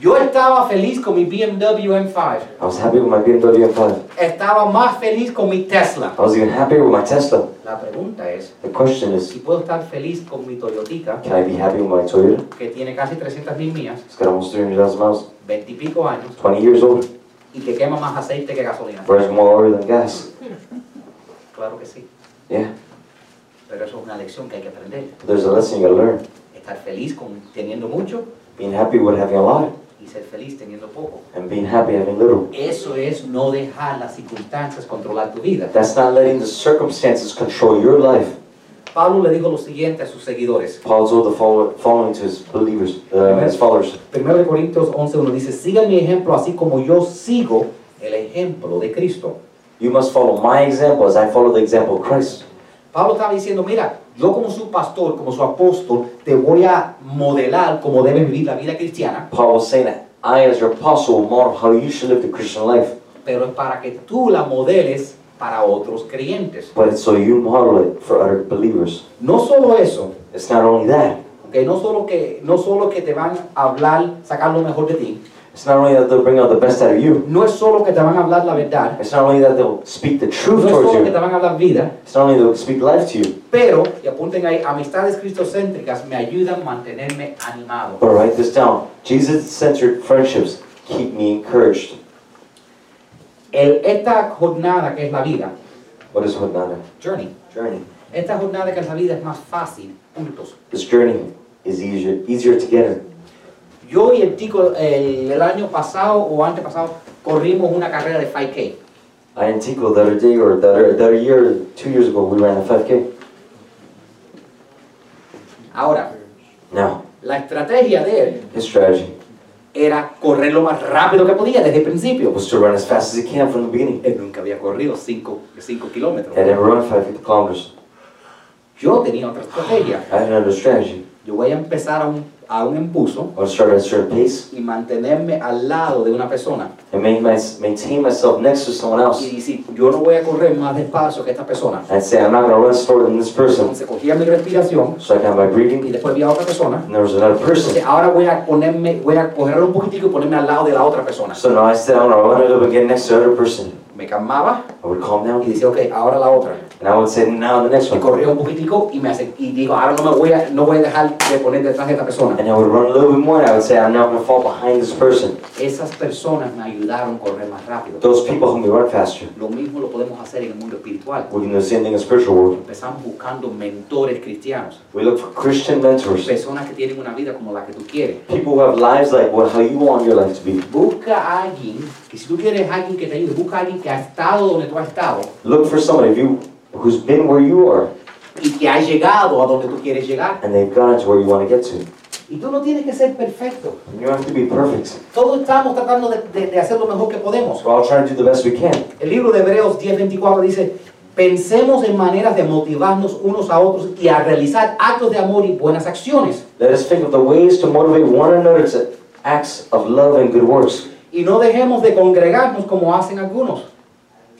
[SPEAKER 1] Yo estaba feliz con mi BMW M5.
[SPEAKER 2] I was happy with my BMW M5.
[SPEAKER 1] Estaba más feliz con mi Tesla.
[SPEAKER 2] I was even happier with my Tesla.
[SPEAKER 1] La pregunta es
[SPEAKER 2] The question is,
[SPEAKER 1] si puedo estar feliz con mi Toyotica,
[SPEAKER 2] can I be happy with my Toyota?
[SPEAKER 1] que tiene casi 300 mil millas,
[SPEAKER 2] It's got almost 300,000 miles,
[SPEAKER 1] 20 y pico años,
[SPEAKER 2] 20 years old,
[SPEAKER 1] y que quema más aceite que gasolina.
[SPEAKER 2] burns more oil than gas.
[SPEAKER 1] Claro que sí,
[SPEAKER 2] Yeah,
[SPEAKER 1] pero eso es una lección que hay que aprender.
[SPEAKER 2] but there's a lesson you gotta learn.
[SPEAKER 1] Estar feliz con teniendo mucho
[SPEAKER 2] Being happy with having a lot,
[SPEAKER 1] y ser feliz teniendo poco.
[SPEAKER 2] and being happy having little.
[SPEAKER 1] Eso es no dejar las circunstancias controlar tu vida.
[SPEAKER 2] That's not letting the circumstances control your life.
[SPEAKER 1] Pablo le dijo lo siguiente a sus seguidores.
[SPEAKER 2] Paul told the follow- following to his believers, uh, his followers.
[SPEAKER 1] Primero de Corintios 11.1 dice, sigan mi ejemplo así como yo sigo el ejemplo de Cristo.
[SPEAKER 2] You must follow my example as I follow the example of Christ.
[SPEAKER 1] Pablo estaba diciendo, mira, yo como su pastor, como su apóstol, te voy a modelar cómo debes vivir la vida cristiana,
[SPEAKER 2] Paul was saying that I, as your apostle, will model how you should live the Christian life,
[SPEAKER 1] pero es para que tú la modeles para otros creyentes.
[SPEAKER 2] But so you model it for other believers.
[SPEAKER 1] No solo eso,
[SPEAKER 2] It's not only that.
[SPEAKER 1] ¿ok? no solo que no solo que te van a hablar, sacar lo mejor de ti,
[SPEAKER 2] It's not only that they'll bring out the best out of you.
[SPEAKER 1] no es solo que te van a hablar la verdad,
[SPEAKER 2] It's not only that they'll speak the
[SPEAKER 1] no
[SPEAKER 2] truth
[SPEAKER 1] es
[SPEAKER 2] towards
[SPEAKER 1] solo que te
[SPEAKER 2] you.
[SPEAKER 1] van a hablar vida,
[SPEAKER 2] It's not only they'll speak life to you.
[SPEAKER 1] pero, y apunten ahí, amistades cristocéntricas me ayudan a mantenerme animado.
[SPEAKER 2] But write this down. Jesus-centered friendships keep me encouraged.
[SPEAKER 1] El- esta jornada que es la vida,
[SPEAKER 2] What is Hodnana?
[SPEAKER 1] journey,
[SPEAKER 2] Journey.
[SPEAKER 1] esta jornada que es la vida es más fácil juntos.
[SPEAKER 2] This journey is easier, easier together.
[SPEAKER 1] Yo y el tico el, el año pasado o antepasado corrimos una carrera de 5K.
[SPEAKER 2] I and Tico the other day or the other, the other year, two years ago, we ran a 5K.
[SPEAKER 1] Ahora,
[SPEAKER 2] Now,
[SPEAKER 1] la estrategia de él
[SPEAKER 2] his strategy
[SPEAKER 1] era correr lo más rápido que podía desde el principio.
[SPEAKER 2] was to run as fast as he can from the beginning.
[SPEAKER 1] Él nunca había corrido 5 kilómetros.
[SPEAKER 2] I had never run 5 kilometers.
[SPEAKER 1] Yo tenía otra estrategia.
[SPEAKER 2] I had another strategy.
[SPEAKER 1] Yo voy a empezar a un, a un embuzo
[SPEAKER 2] I would start at a certain pace
[SPEAKER 1] y mantenerme al lado de una persona
[SPEAKER 2] and make my, maintain myself next to someone else.
[SPEAKER 1] y decir, yo no voy a correr más despacio que esta persona.
[SPEAKER 2] I'd say, I'm not going to run slower than this person.
[SPEAKER 1] Entonces cogía mi respiración
[SPEAKER 2] So I can have my
[SPEAKER 1] y
[SPEAKER 2] breathing,
[SPEAKER 1] después vi a otra persona.
[SPEAKER 2] and there was another
[SPEAKER 1] Entonces
[SPEAKER 2] person.
[SPEAKER 1] ahora voy a ponerme, voy a correr un poquitico y ponerme al lado de la otra persona.
[SPEAKER 2] So now I said, I'm going to run it up and get next to the other person.
[SPEAKER 1] Me calmaba
[SPEAKER 2] I would calm
[SPEAKER 1] y
[SPEAKER 2] down,
[SPEAKER 1] decía, ok, ahora la otra.
[SPEAKER 2] and I would say, now the next
[SPEAKER 1] Y
[SPEAKER 2] one.
[SPEAKER 1] corría un poquitico y me hace, y digo, ahora no me voy a, no voy a dejar de poner detrás de esta persona.
[SPEAKER 2] And I would run a little bit more, and I would say, I'm not going to fall behind this person.
[SPEAKER 1] Esas personas me ayudaron a correr más rápido.
[SPEAKER 2] Those people whom we run faster.
[SPEAKER 1] Lo mismo lo podemos hacer en el mundo espiritual.
[SPEAKER 2] We can do the same thing in the spiritual world.
[SPEAKER 1] Empezamos buscando mentores cristianos,
[SPEAKER 2] We look for Christian mentors,
[SPEAKER 1] personas que tienen una vida como la que tú quieres.
[SPEAKER 2] people who have lives like what, how you want your life to be.
[SPEAKER 1] Busca a alguien, que si tú quieres a alguien que te ayude, busca a alguien que ha estado donde tú has estado
[SPEAKER 2] Look for somebody you, who's been where you are,
[SPEAKER 1] y que ha llegado a donde tú quieres llegar.
[SPEAKER 2] and they've gotten to where you want to get to.
[SPEAKER 1] Y tú no tienes que ser perfecto.
[SPEAKER 2] You don't have to be perfect.
[SPEAKER 1] Todos estamos tratando de, de- de hacer lo mejor que podemos.
[SPEAKER 2] We're all trying to do the best we can.
[SPEAKER 1] El libro de Hebreos 10:24 dice, pensemos en maneras de motivarnos unos a otros y a realizar actos de amor y buenas acciones.
[SPEAKER 2] Let us think of the ways to motivate one another to acts of love and good works.
[SPEAKER 1] Y no dejemos de congregarnos como hacen algunos.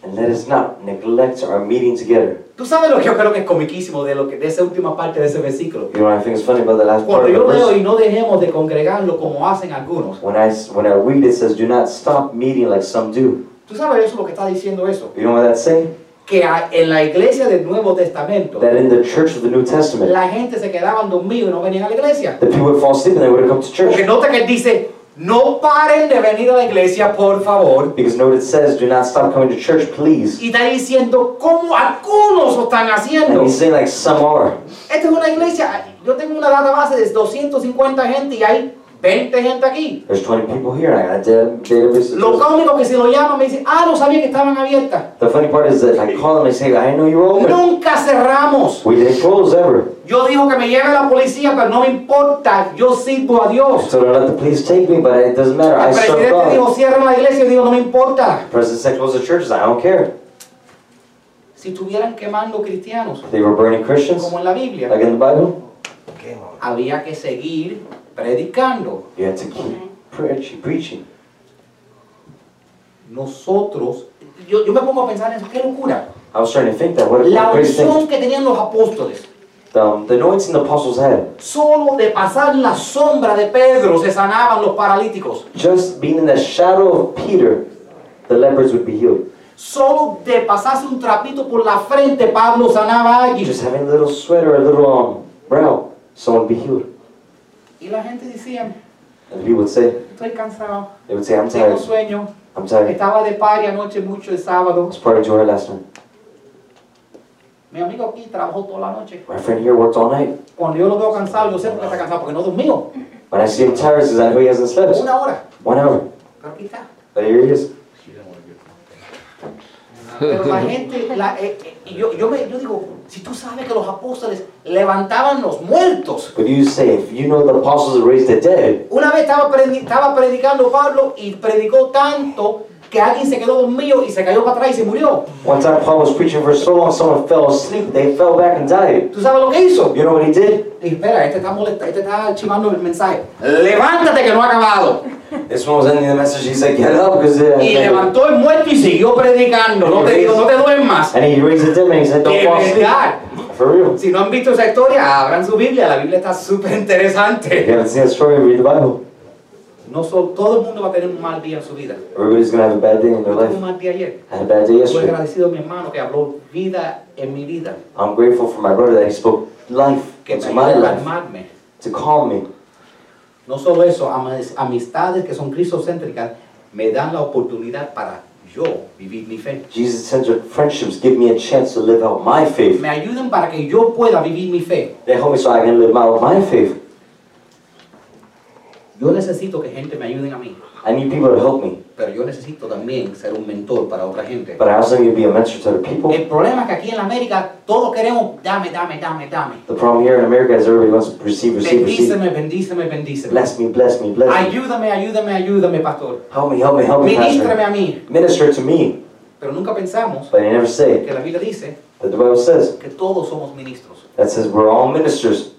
[SPEAKER 2] And let us not neglect our meeting together.
[SPEAKER 1] Tú sabes lo que yo creo que es comiquísimo de, lo que, de esa última parte de ese versículo.
[SPEAKER 2] You know what I think is funny about the last part
[SPEAKER 1] Cuando
[SPEAKER 2] of the
[SPEAKER 1] yo leo
[SPEAKER 2] verse?
[SPEAKER 1] y no dejemos de congregarlo como hacen algunos.
[SPEAKER 2] When I, s- when I read it says, do not stop meeting like some do.
[SPEAKER 1] Tú sabes eso lo que está diciendo eso.
[SPEAKER 2] You know what that's saying?
[SPEAKER 1] Que a- en la iglesia del Nuevo Testamento
[SPEAKER 2] That in the church of the New Testament,
[SPEAKER 1] la gente se quedaban dormidos y no venían a la iglesia.
[SPEAKER 2] the people would fall asleep and they would come to
[SPEAKER 1] Porque
[SPEAKER 2] church.
[SPEAKER 1] nota que él dice, no paren de venir a la iglesia, por favor.
[SPEAKER 2] Because note it says, do not stop coming to church, please.
[SPEAKER 1] Y está diciendo cómo algunos lo están
[SPEAKER 2] And
[SPEAKER 1] haciendo.
[SPEAKER 2] he's saying like some are.
[SPEAKER 1] Esta es una iglesia, yo tengo una database de 250 gente y hay 20 gente aquí.
[SPEAKER 2] There's 20 people here and I got a data- database.
[SPEAKER 1] Los cómicos que se lo llaman me dicen, ah, no sabía que estaban abiertas.
[SPEAKER 2] The funny part is that I call them and say, I know you're open.
[SPEAKER 1] Nunca cerramos.
[SPEAKER 2] We didn't close ever.
[SPEAKER 1] Yo digo que me lleve la policía, pero no me importa, yo sirvo a Dios.
[SPEAKER 2] So don't let the police take me, but it doesn't matter. I
[SPEAKER 1] El
[SPEAKER 2] serve
[SPEAKER 1] presidente
[SPEAKER 2] God.
[SPEAKER 1] dijo, cierra la iglesia, yo digo, no me importa.
[SPEAKER 2] President said close the churches. I don't care.
[SPEAKER 1] Si estuvieran quemando cristianos,
[SPEAKER 2] They were burning Christians,
[SPEAKER 1] como en la Biblia,
[SPEAKER 2] like in the Bible.
[SPEAKER 1] había que seguir predicando.
[SPEAKER 2] You had to keep preaching, preaching.
[SPEAKER 1] Nosotros, yo, yo me pongo a pensar en eso, qué locura.
[SPEAKER 2] I was trying to think that. What
[SPEAKER 1] La
[SPEAKER 2] a crazy
[SPEAKER 1] unción
[SPEAKER 2] thing.
[SPEAKER 1] que tenían los apóstoles,
[SPEAKER 2] Um, the anointing the apostles had.
[SPEAKER 1] solo de pasar la sombra de Pedro se sanaban los paralíticos.
[SPEAKER 2] Just being in the shadow of Peter, the lepers would be healed.
[SPEAKER 1] Solo de pasarse un trapito por la frente, Pablo sanaba a alguien.
[SPEAKER 2] Just having a little sweat or a little um, brow, someone would be healed.
[SPEAKER 1] Y la gente decía,
[SPEAKER 2] And people would say,
[SPEAKER 1] estoy cansado,
[SPEAKER 2] they would say, I'm
[SPEAKER 1] tengo
[SPEAKER 2] tired.
[SPEAKER 1] sueño,
[SPEAKER 2] I'm tired. I
[SPEAKER 1] estaba de party anoche mucho el sábado.
[SPEAKER 2] was partying too hard last night.
[SPEAKER 1] Mi amigo aquí trabajó toda la noche.
[SPEAKER 2] My friend here worked all night.
[SPEAKER 1] Cuando yo lo veo cansado, yo sé por qué está cansado, porque no durmió.
[SPEAKER 2] When I see him tired, it's 'cause I know he hasn't slept.
[SPEAKER 1] Una hora.
[SPEAKER 2] One hour.
[SPEAKER 1] Pero aquí está.
[SPEAKER 2] But here he is.
[SPEAKER 1] Pero la gente, la- eh, eh, y yo, yo, me, yo digo, si tú sabes que los apóstoles levantaban los muertos.
[SPEAKER 2] But you say, if you know the apostles raised the dead,
[SPEAKER 1] Una vez estaba, predi- estaba predicando Pablo y predicó tanto que alguien se quedó dormido y se cayó para atrás y se murió.
[SPEAKER 2] One time Paul was preaching for so long, someone fell asleep. They fell back and died.
[SPEAKER 1] ¿Tú sabes lo que hizo?
[SPEAKER 2] You know what he did?
[SPEAKER 1] Dije, espera, este está molesta, este está chivando el mensaje. Levántate que no ha acabado.
[SPEAKER 2] This one was ending the message. He said, "Get up," uh, because it
[SPEAKER 1] Y
[SPEAKER 2] had
[SPEAKER 1] levantó el muerto y siguió predicando. No te digo, no te duermas.
[SPEAKER 2] And he raised the dead man. He said, "Don't
[SPEAKER 1] De
[SPEAKER 2] fall
[SPEAKER 1] verdad.
[SPEAKER 2] asleep." For real.
[SPEAKER 1] Si no han visto esa historia, abran su Biblia. La Biblia está súper
[SPEAKER 2] If you
[SPEAKER 1] interesante.
[SPEAKER 2] haven't seen that story, read the Bible.
[SPEAKER 1] No solo, todo el mundo va a tener un mal día en su vida.
[SPEAKER 2] Everybody's gonna have a bad day in
[SPEAKER 1] Yo
[SPEAKER 2] their
[SPEAKER 1] tuve un
[SPEAKER 2] life.
[SPEAKER 1] mal día ayer.
[SPEAKER 2] I had a bad
[SPEAKER 1] Estoy
[SPEAKER 2] day yesterday.
[SPEAKER 1] agradecido a mi hermano que habló vida en mi vida.
[SPEAKER 2] I'm grateful for my brother that he spoke life
[SPEAKER 1] Que me
[SPEAKER 2] into
[SPEAKER 1] ayudó
[SPEAKER 2] my
[SPEAKER 1] a
[SPEAKER 2] life
[SPEAKER 1] calmarme.
[SPEAKER 2] to calm me.
[SPEAKER 1] No solo eso, amas- amistades que son cristocéntricas me dan la oportunidad para yo vivir mi fe.
[SPEAKER 2] Jesus-centered friendships give me a chance to live out my faith.
[SPEAKER 1] Me ayudan para que yo pueda vivir mi fe.
[SPEAKER 2] They help me so I can live out my faith.
[SPEAKER 1] Yo necesito que gente me ayude a mí,
[SPEAKER 2] I need people to help me,
[SPEAKER 1] pero yo necesito también ser un mentor para otra gente.
[SPEAKER 2] but I also need to be a mentor to other people.
[SPEAKER 1] El problema es que aquí en la América todos queremos dame, dame, dame, dame.
[SPEAKER 2] The problem here in America is everybody wants to receive, receive, receive.
[SPEAKER 1] Bendíceme, bendíceme, bendíceme.
[SPEAKER 2] Bless me, bless me, bless me.
[SPEAKER 1] Ayúdame, ayúdame, ayúdame, pastor.
[SPEAKER 2] Help me, help me, help me,
[SPEAKER 1] Ministrame
[SPEAKER 2] pastor.
[SPEAKER 1] a mí.
[SPEAKER 2] Minister to me.
[SPEAKER 1] Pero nunca pensamos
[SPEAKER 2] But they never say
[SPEAKER 1] que la Biblia dice
[SPEAKER 2] that the Bible says
[SPEAKER 1] que todos somos ministros.
[SPEAKER 2] that says we're all ministers.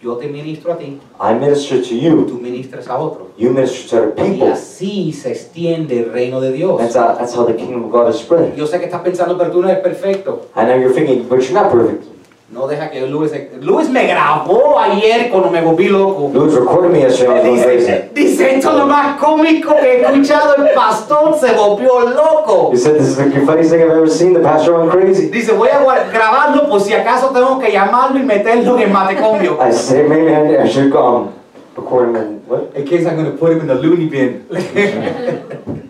[SPEAKER 1] Yo te ministro a ti,
[SPEAKER 2] I minister to you.
[SPEAKER 1] tú ministras a otro.
[SPEAKER 2] You minister to other
[SPEAKER 1] Y
[SPEAKER 2] people.
[SPEAKER 1] así se extiende el reino de
[SPEAKER 2] That's
[SPEAKER 1] Dios.
[SPEAKER 2] how, that's how the kingdom of God is spread.
[SPEAKER 1] Yo sé que estás pensando, pero tú no eres perfecto.
[SPEAKER 2] I know you're thinking, but you're not perfect.
[SPEAKER 1] No deja que Luis... se- Luis me grabó ayer cuando me volví loco.
[SPEAKER 2] Luis recorded me yesterday. I was going
[SPEAKER 1] Dice,
[SPEAKER 2] crazy.
[SPEAKER 1] dice, esto es lo más cómico que he escuchado. El pastor se volvió loco.
[SPEAKER 2] He said, this is the funniest thing I've ever seen. The pastor went crazy.
[SPEAKER 1] Dice, voy a guar- grabarlo por si acaso tengo que llamarlo y meterlo en el matecombio.
[SPEAKER 2] I said, maybe I I should um, record him and what?
[SPEAKER 1] In case I'm gonna put him in the loony bin.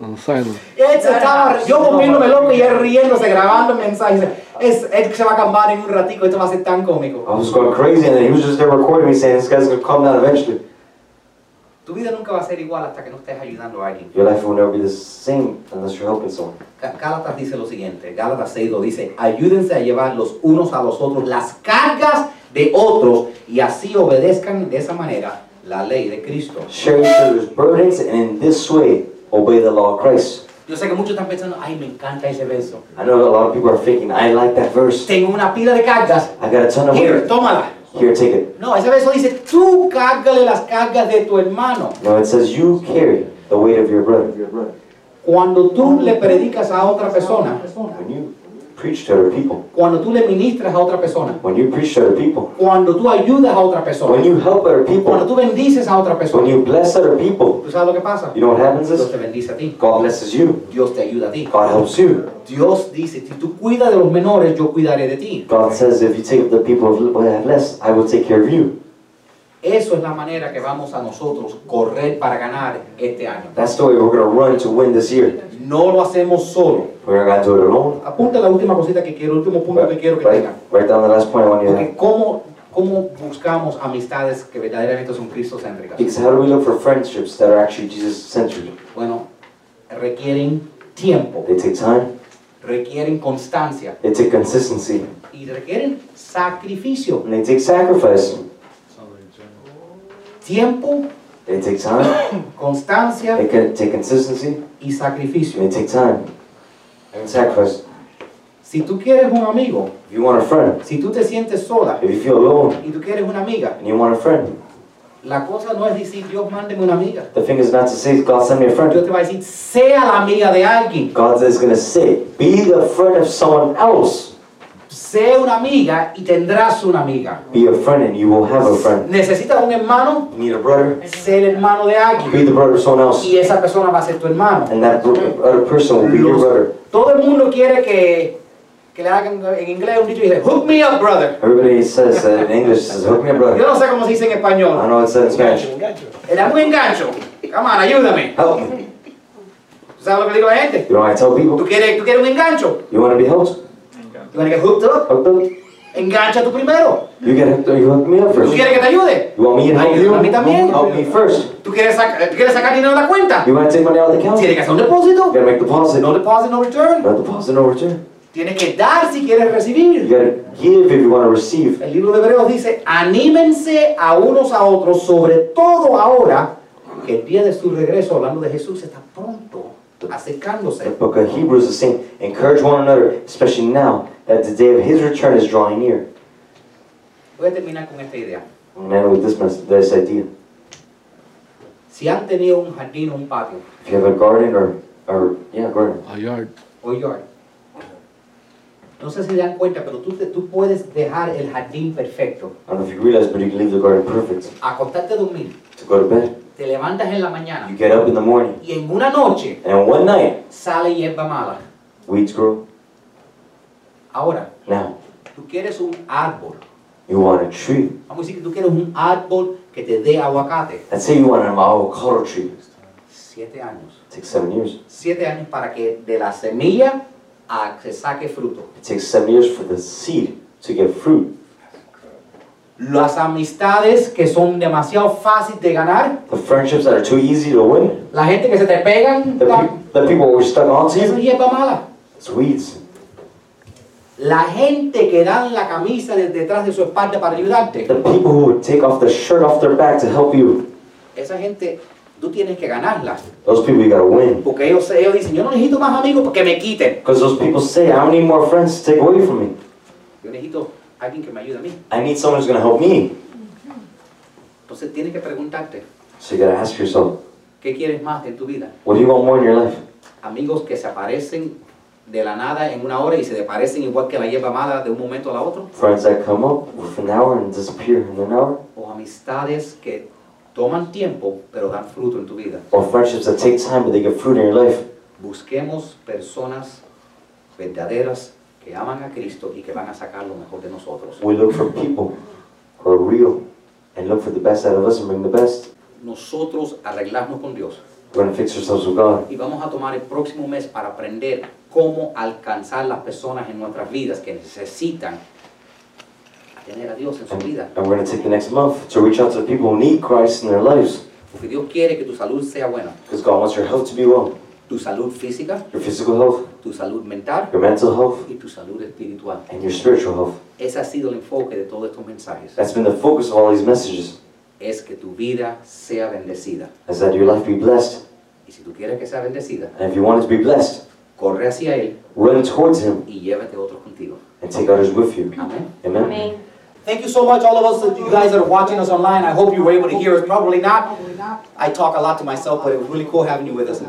[SPEAKER 5] On silent.
[SPEAKER 1] Él se estaba, yo volviéndome loco y él riéndose, grabando el mensaje. Es, él se va a acabar en un ratico, esto va a ser tan cómico.
[SPEAKER 2] I was going crazy, and then he was just there recording me, saying, "This guy's gonna calm down eventually.
[SPEAKER 1] Tu vida nunca va a ser igual hasta que no estés ayudando a alguien.
[SPEAKER 2] Your life will never be the same unless you're helping someone."
[SPEAKER 1] Gá- Gálatas dice lo siguiente, Gálatas 6 lo dice, ayúdense a llevar los unos a los otros las cargas de otros y así obedezcan de esa manera la ley de Cristo.
[SPEAKER 2] Share each other's burdens, and in this way, obey the law of Christ.
[SPEAKER 1] Yo sé que muchos están pensando, ay, me encanta ese verso.
[SPEAKER 2] I know a lot of people are thinking, "I like that verse.
[SPEAKER 1] Tengo una pila de cargas,
[SPEAKER 2] I got a ton of
[SPEAKER 1] Here,
[SPEAKER 2] weight.
[SPEAKER 1] tómala.
[SPEAKER 2] Here, take it."
[SPEAKER 1] No, ese verso dice, tú cárgale las cargas de tu hermano.
[SPEAKER 2] No, it says, "You carry the weight of your brother."
[SPEAKER 1] Cuando tú le predicas a otra persona,
[SPEAKER 2] When you preach to other people,
[SPEAKER 1] cuando tú le ministras a otra persona,
[SPEAKER 2] when you preach to other people,
[SPEAKER 1] cuando tú ayudas a otra
[SPEAKER 2] when
[SPEAKER 1] persona,
[SPEAKER 2] you help other
[SPEAKER 1] cuando
[SPEAKER 2] people,
[SPEAKER 1] tú bendices a otra
[SPEAKER 2] when
[SPEAKER 1] persona,
[SPEAKER 2] you bless other people,
[SPEAKER 1] ¿tú sabes lo que pasa?
[SPEAKER 2] you know what happens
[SPEAKER 1] Dios te
[SPEAKER 2] is
[SPEAKER 1] bendice a ti,
[SPEAKER 2] God blesses you.
[SPEAKER 1] pues, Dios te ayuda a ti.
[SPEAKER 2] God helps you.
[SPEAKER 1] Dios dice, si tú cuidas de los menores, yo cuidaré de ti.
[SPEAKER 2] God says, if you take up the people who have less, I will take care of you.
[SPEAKER 1] Eso es la manera que vamos a nosotros correr para ganar este año.
[SPEAKER 2] That's the way we're going to run to win this year.
[SPEAKER 1] No lo hacemos solo.
[SPEAKER 2] We're not going to do it alone.
[SPEAKER 1] Apunta la última cosita que quiero, el último punto que
[SPEAKER 2] Right,
[SPEAKER 1] quiero que tengan.
[SPEAKER 2] right, right down the last point I want you to
[SPEAKER 1] Porque
[SPEAKER 2] have.
[SPEAKER 1] ¿cómo, cómo buscamos amistades que verdaderamente son cristocéntricas?
[SPEAKER 2] Because how do we look for friendships that are actually Jesus-centered?
[SPEAKER 1] Bueno, requieren tiempo,
[SPEAKER 2] They take time,
[SPEAKER 1] requieren constancia
[SPEAKER 2] they take consistency,
[SPEAKER 1] y requieren sacrificio.
[SPEAKER 2] and they take sacrifice.
[SPEAKER 1] Tiempo,
[SPEAKER 2] They take time,
[SPEAKER 1] constancia
[SPEAKER 2] they can take consistency,
[SPEAKER 1] y
[SPEAKER 2] and
[SPEAKER 1] sacrificio.
[SPEAKER 2] they take time and sacrifice.
[SPEAKER 1] Si tú quieres un amigo,
[SPEAKER 2] If you want a friend,
[SPEAKER 1] si tú te sientes sola
[SPEAKER 2] if you feel alone
[SPEAKER 1] y tú quieres una amiga,
[SPEAKER 2] and you want a friend,
[SPEAKER 1] la cosa no es decir Dios mándeme una amiga.
[SPEAKER 2] the thing is not to say, God send me a
[SPEAKER 1] Dios
[SPEAKER 2] friend.
[SPEAKER 1] te va a decir, sea la amiga de alguien,
[SPEAKER 2] God is going to say, be the friend of someone else.
[SPEAKER 1] sea una amiga y tendrás una amiga.
[SPEAKER 2] Be a friend and you will have a friend.
[SPEAKER 1] Necesitas un hermano,
[SPEAKER 2] You need a brother,
[SPEAKER 1] sé el hermano de alguien
[SPEAKER 2] be the brother of someone else,
[SPEAKER 1] y esa persona va a ser tu hermano.
[SPEAKER 2] and that bro- other person will be your brother.
[SPEAKER 1] Todo el mundo quiere que, que le hagan en inglés un dicho y dice, hook me up, brother.
[SPEAKER 2] Everybody says that in English, says, hook me up,
[SPEAKER 1] Yo
[SPEAKER 2] brother.
[SPEAKER 1] no sé cómo se dice en
[SPEAKER 2] I
[SPEAKER 1] español.
[SPEAKER 2] know it said in Spanish.
[SPEAKER 1] Le damos un engancho. Come on, ayúdame.
[SPEAKER 2] Help me. You
[SPEAKER 1] ¿Tú sabes lo que le digo a la gente?
[SPEAKER 2] know, I tell
[SPEAKER 1] ¿Tú
[SPEAKER 2] people,
[SPEAKER 1] quieres, tú quieres un engancho?
[SPEAKER 2] you want to be helped?
[SPEAKER 1] ¿Tú quieres que hooked up?
[SPEAKER 2] Hooked up?
[SPEAKER 1] Engancha tú primero.
[SPEAKER 2] You get hooked up, you hook me up
[SPEAKER 1] ¿Tú
[SPEAKER 2] first.
[SPEAKER 1] quieres que te ayude?
[SPEAKER 2] You want me to help you?
[SPEAKER 1] Ayúdame también.
[SPEAKER 2] Help me first.
[SPEAKER 1] ¿Tú quieres, saca- ¿Tú quieres sacar dinero de la cuenta?
[SPEAKER 2] You want to take money out of the account?
[SPEAKER 1] Tienes
[SPEAKER 2] You
[SPEAKER 1] que hacer un depósito.
[SPEAKER 2] gotta make deposit.
[SPEAKER 1] No
[SPEAKER 2] No
[SPEAKER 1] deposit, no return.
[SPEAKER 2] deposit, no return.
[SPEAKER 1] Tienes que dar si quieres
[SPEAKER 2] You
[SPEAKER 1] recibir.
[SPEAKER 2] gotta give if you want to receive.
[SPEAKER 1] El libro de Hebreos dice, anímense a unos a otros, sobre todo ahora que el día de su regreso, hablando de Jesús, está pronto. acercándose.
[SPEAKER 2] The book of Hebrews is saying, encourage one another, especially now that the day of his return is drawing near.
[SPEAKER 1] Voy a terminar con esta idea.
[SPEAKER 2] And then with this, mess- this idea,
[SPEAKER 1] Si han tenido un jardín o un patio,
[SPEAKER 2] if you have a garden or, or yeah, garden,
[SPEAKER 5] A yard.
[SPEAKER 1] o yard, no sé si dan cuenta, pero tú, te- tú puedes dejar el jardín perfecto,
[SPEAKER 2] I don't know if you realize, but you can leave the garden perfect
[SPEAKER 1] acostarte a dormir,
[SPEAKER 2] to go to bed.
[SPEAKER 1] te levantas en la
[SPEAKER 2] You
[SPEAKER 1] mañana
[SPEAKER 2] get up in the morning,
[SPEAKER 1] y en una noche
[SPEAKER 2] and in one night,
[SPEAKER 1] sale hierba mala.
[SPEAKER 2] weeds grow.
[SPEAKER 1] Ahora,
[SPEAKER 2] Now,
[SPEAKER 1] tú quieres un árbol.
[SPEAKER 2] you want a tree.
[SPEAKER 1] Vamos a decir que tú quieres un árbol que te dé aguacate.
[SPEAKER 2] Let's say you want an avocado tree.
[SPEAKER 1] Siete años.
[SPEAKER 2] It takes seven years.
[SPEAKER 1] Siete años para que de la semilla a que saque fruto.
[SPEAKER 2] It takes seven years for the seed to get fruit.
[SPEAKER 1] Las amistades que son demasiado fáciles de ganar,
[SPEAKER 2] The friendships that are too easy to win,
[SPEAKER 1] la gente que se te pegan,
[SPEAKER 2] the,
[SPEAKER 1] la-
[SPEAKER 2] pe- the people who are stuck onto
[SPEAKER 1] eso
[SPEAKER 2] you,
[SPEAKER 1] es hierba mala.
[SPEAKER 2] it's weeds.
[SPEAKER 1] La gente que dan la camisa de- detrás de su espalda para ayudarte,
[SPEAKER 2] The people who would take off their shirt off their back to help you,
[SPEAKER 1] esa gente tú tienes que ganarla.
[SPEAKER 2] those people you gotta win.
[SPEAKER 1] Porque ellos, ellos dicen, yo no necesito más amigos porque me quiten.
[SPEAKER 2] Because those people say, I don't need more friends to take away from me.
[SPEAKER 1] Yo necesito alguien que me ayude a mí.
[SPEAKER 2] I need someone who's gonna help me.
[SPEAKER 1] Entonces tienes que preguntarte,
[SPEAKER 2] So you gotta ask yourself,
[SPEAKER 1] ¿qué quieres más de tu vida?
[SPEAKER 2] what do you want more in your life?
[SPEAKER 1] amigos que se aparecen de la nada en una hora y se desaparecen igual que la hierba mala de un momento a otro,
[SPEAKER 2] Friends that come up with an hour and disappear in an hour?
[SPEAKER 1] o amistades que toman tiempo pero dan fruto en tu vida.
[SPEAKER 2] Or friendships that take time but they get fruit in your life?
[SPEAKER 1] Busquemos personas verdaderas que aman a Cristo y que van a sacar lo mejor de nosotros.
[SPEAKER 2] We look for people who are real and look for the best out of us and bring the best.
[SPEAKER 1] Nosotros arreglamos con Dios
[SPEAKER 2] We're gonna fix ourselves with God.
[SPEAKER 1] y vamos a tomar el próximo mes para aprender cómo alcanzar las personas en nuestras vidas que necesitan tener a Dios en su
[SPEAKER 2] And,
[SPEAKER 1] vida.
[SPEAKER 2] and we're gonna take the next month to reach out to the people who need Christ in their lives.
[SPEAKER 1] Porque Dios quiere que tu salud sea buena.
[SPEAKER 2] Because God wants your health to be well.
[SPEAKER 1] Tu salud física,
[SPEAKER 2] Your physical health,
[SPEAKER 1] tu salud mental
[SPEAKER 2] your mental health,
[SPEAKER 1] y tu salud espiritual.
[SPEAKER 2] and your spiritual health.
[SPEAKER 1] Ese ha sido el enfoque de todos estos mensajes.
[SPEAKER 2] That's been the focus of all these messages.
[SPEAKER 1] Es que tu vida sea bendecida.
[SPEAKER 2] Is that your life be blessed.
[SPEAKER 1] Y si tú quieres que sea bendecida,
[SPEAKER 2] And if you want it to be blessed,
[SPEAKER 1] corre hacia Él
[SPEAKER 2] run towards Him
[SPEAKER 1] y llévate otros contigo.
[SPEAKER 2] and take others with you.
[SPEAKER 1] Amén.
[SPEAKER 2] Amen.
[SPEAKER 1] Thank you so much, all of us, that you guys that are watching us online. I hope you were able to hear us. Probably not.
[SPEAKER 3] Probably not.
[SPEAKER 1] I talk a lot to myself, but it was really cool having you with us.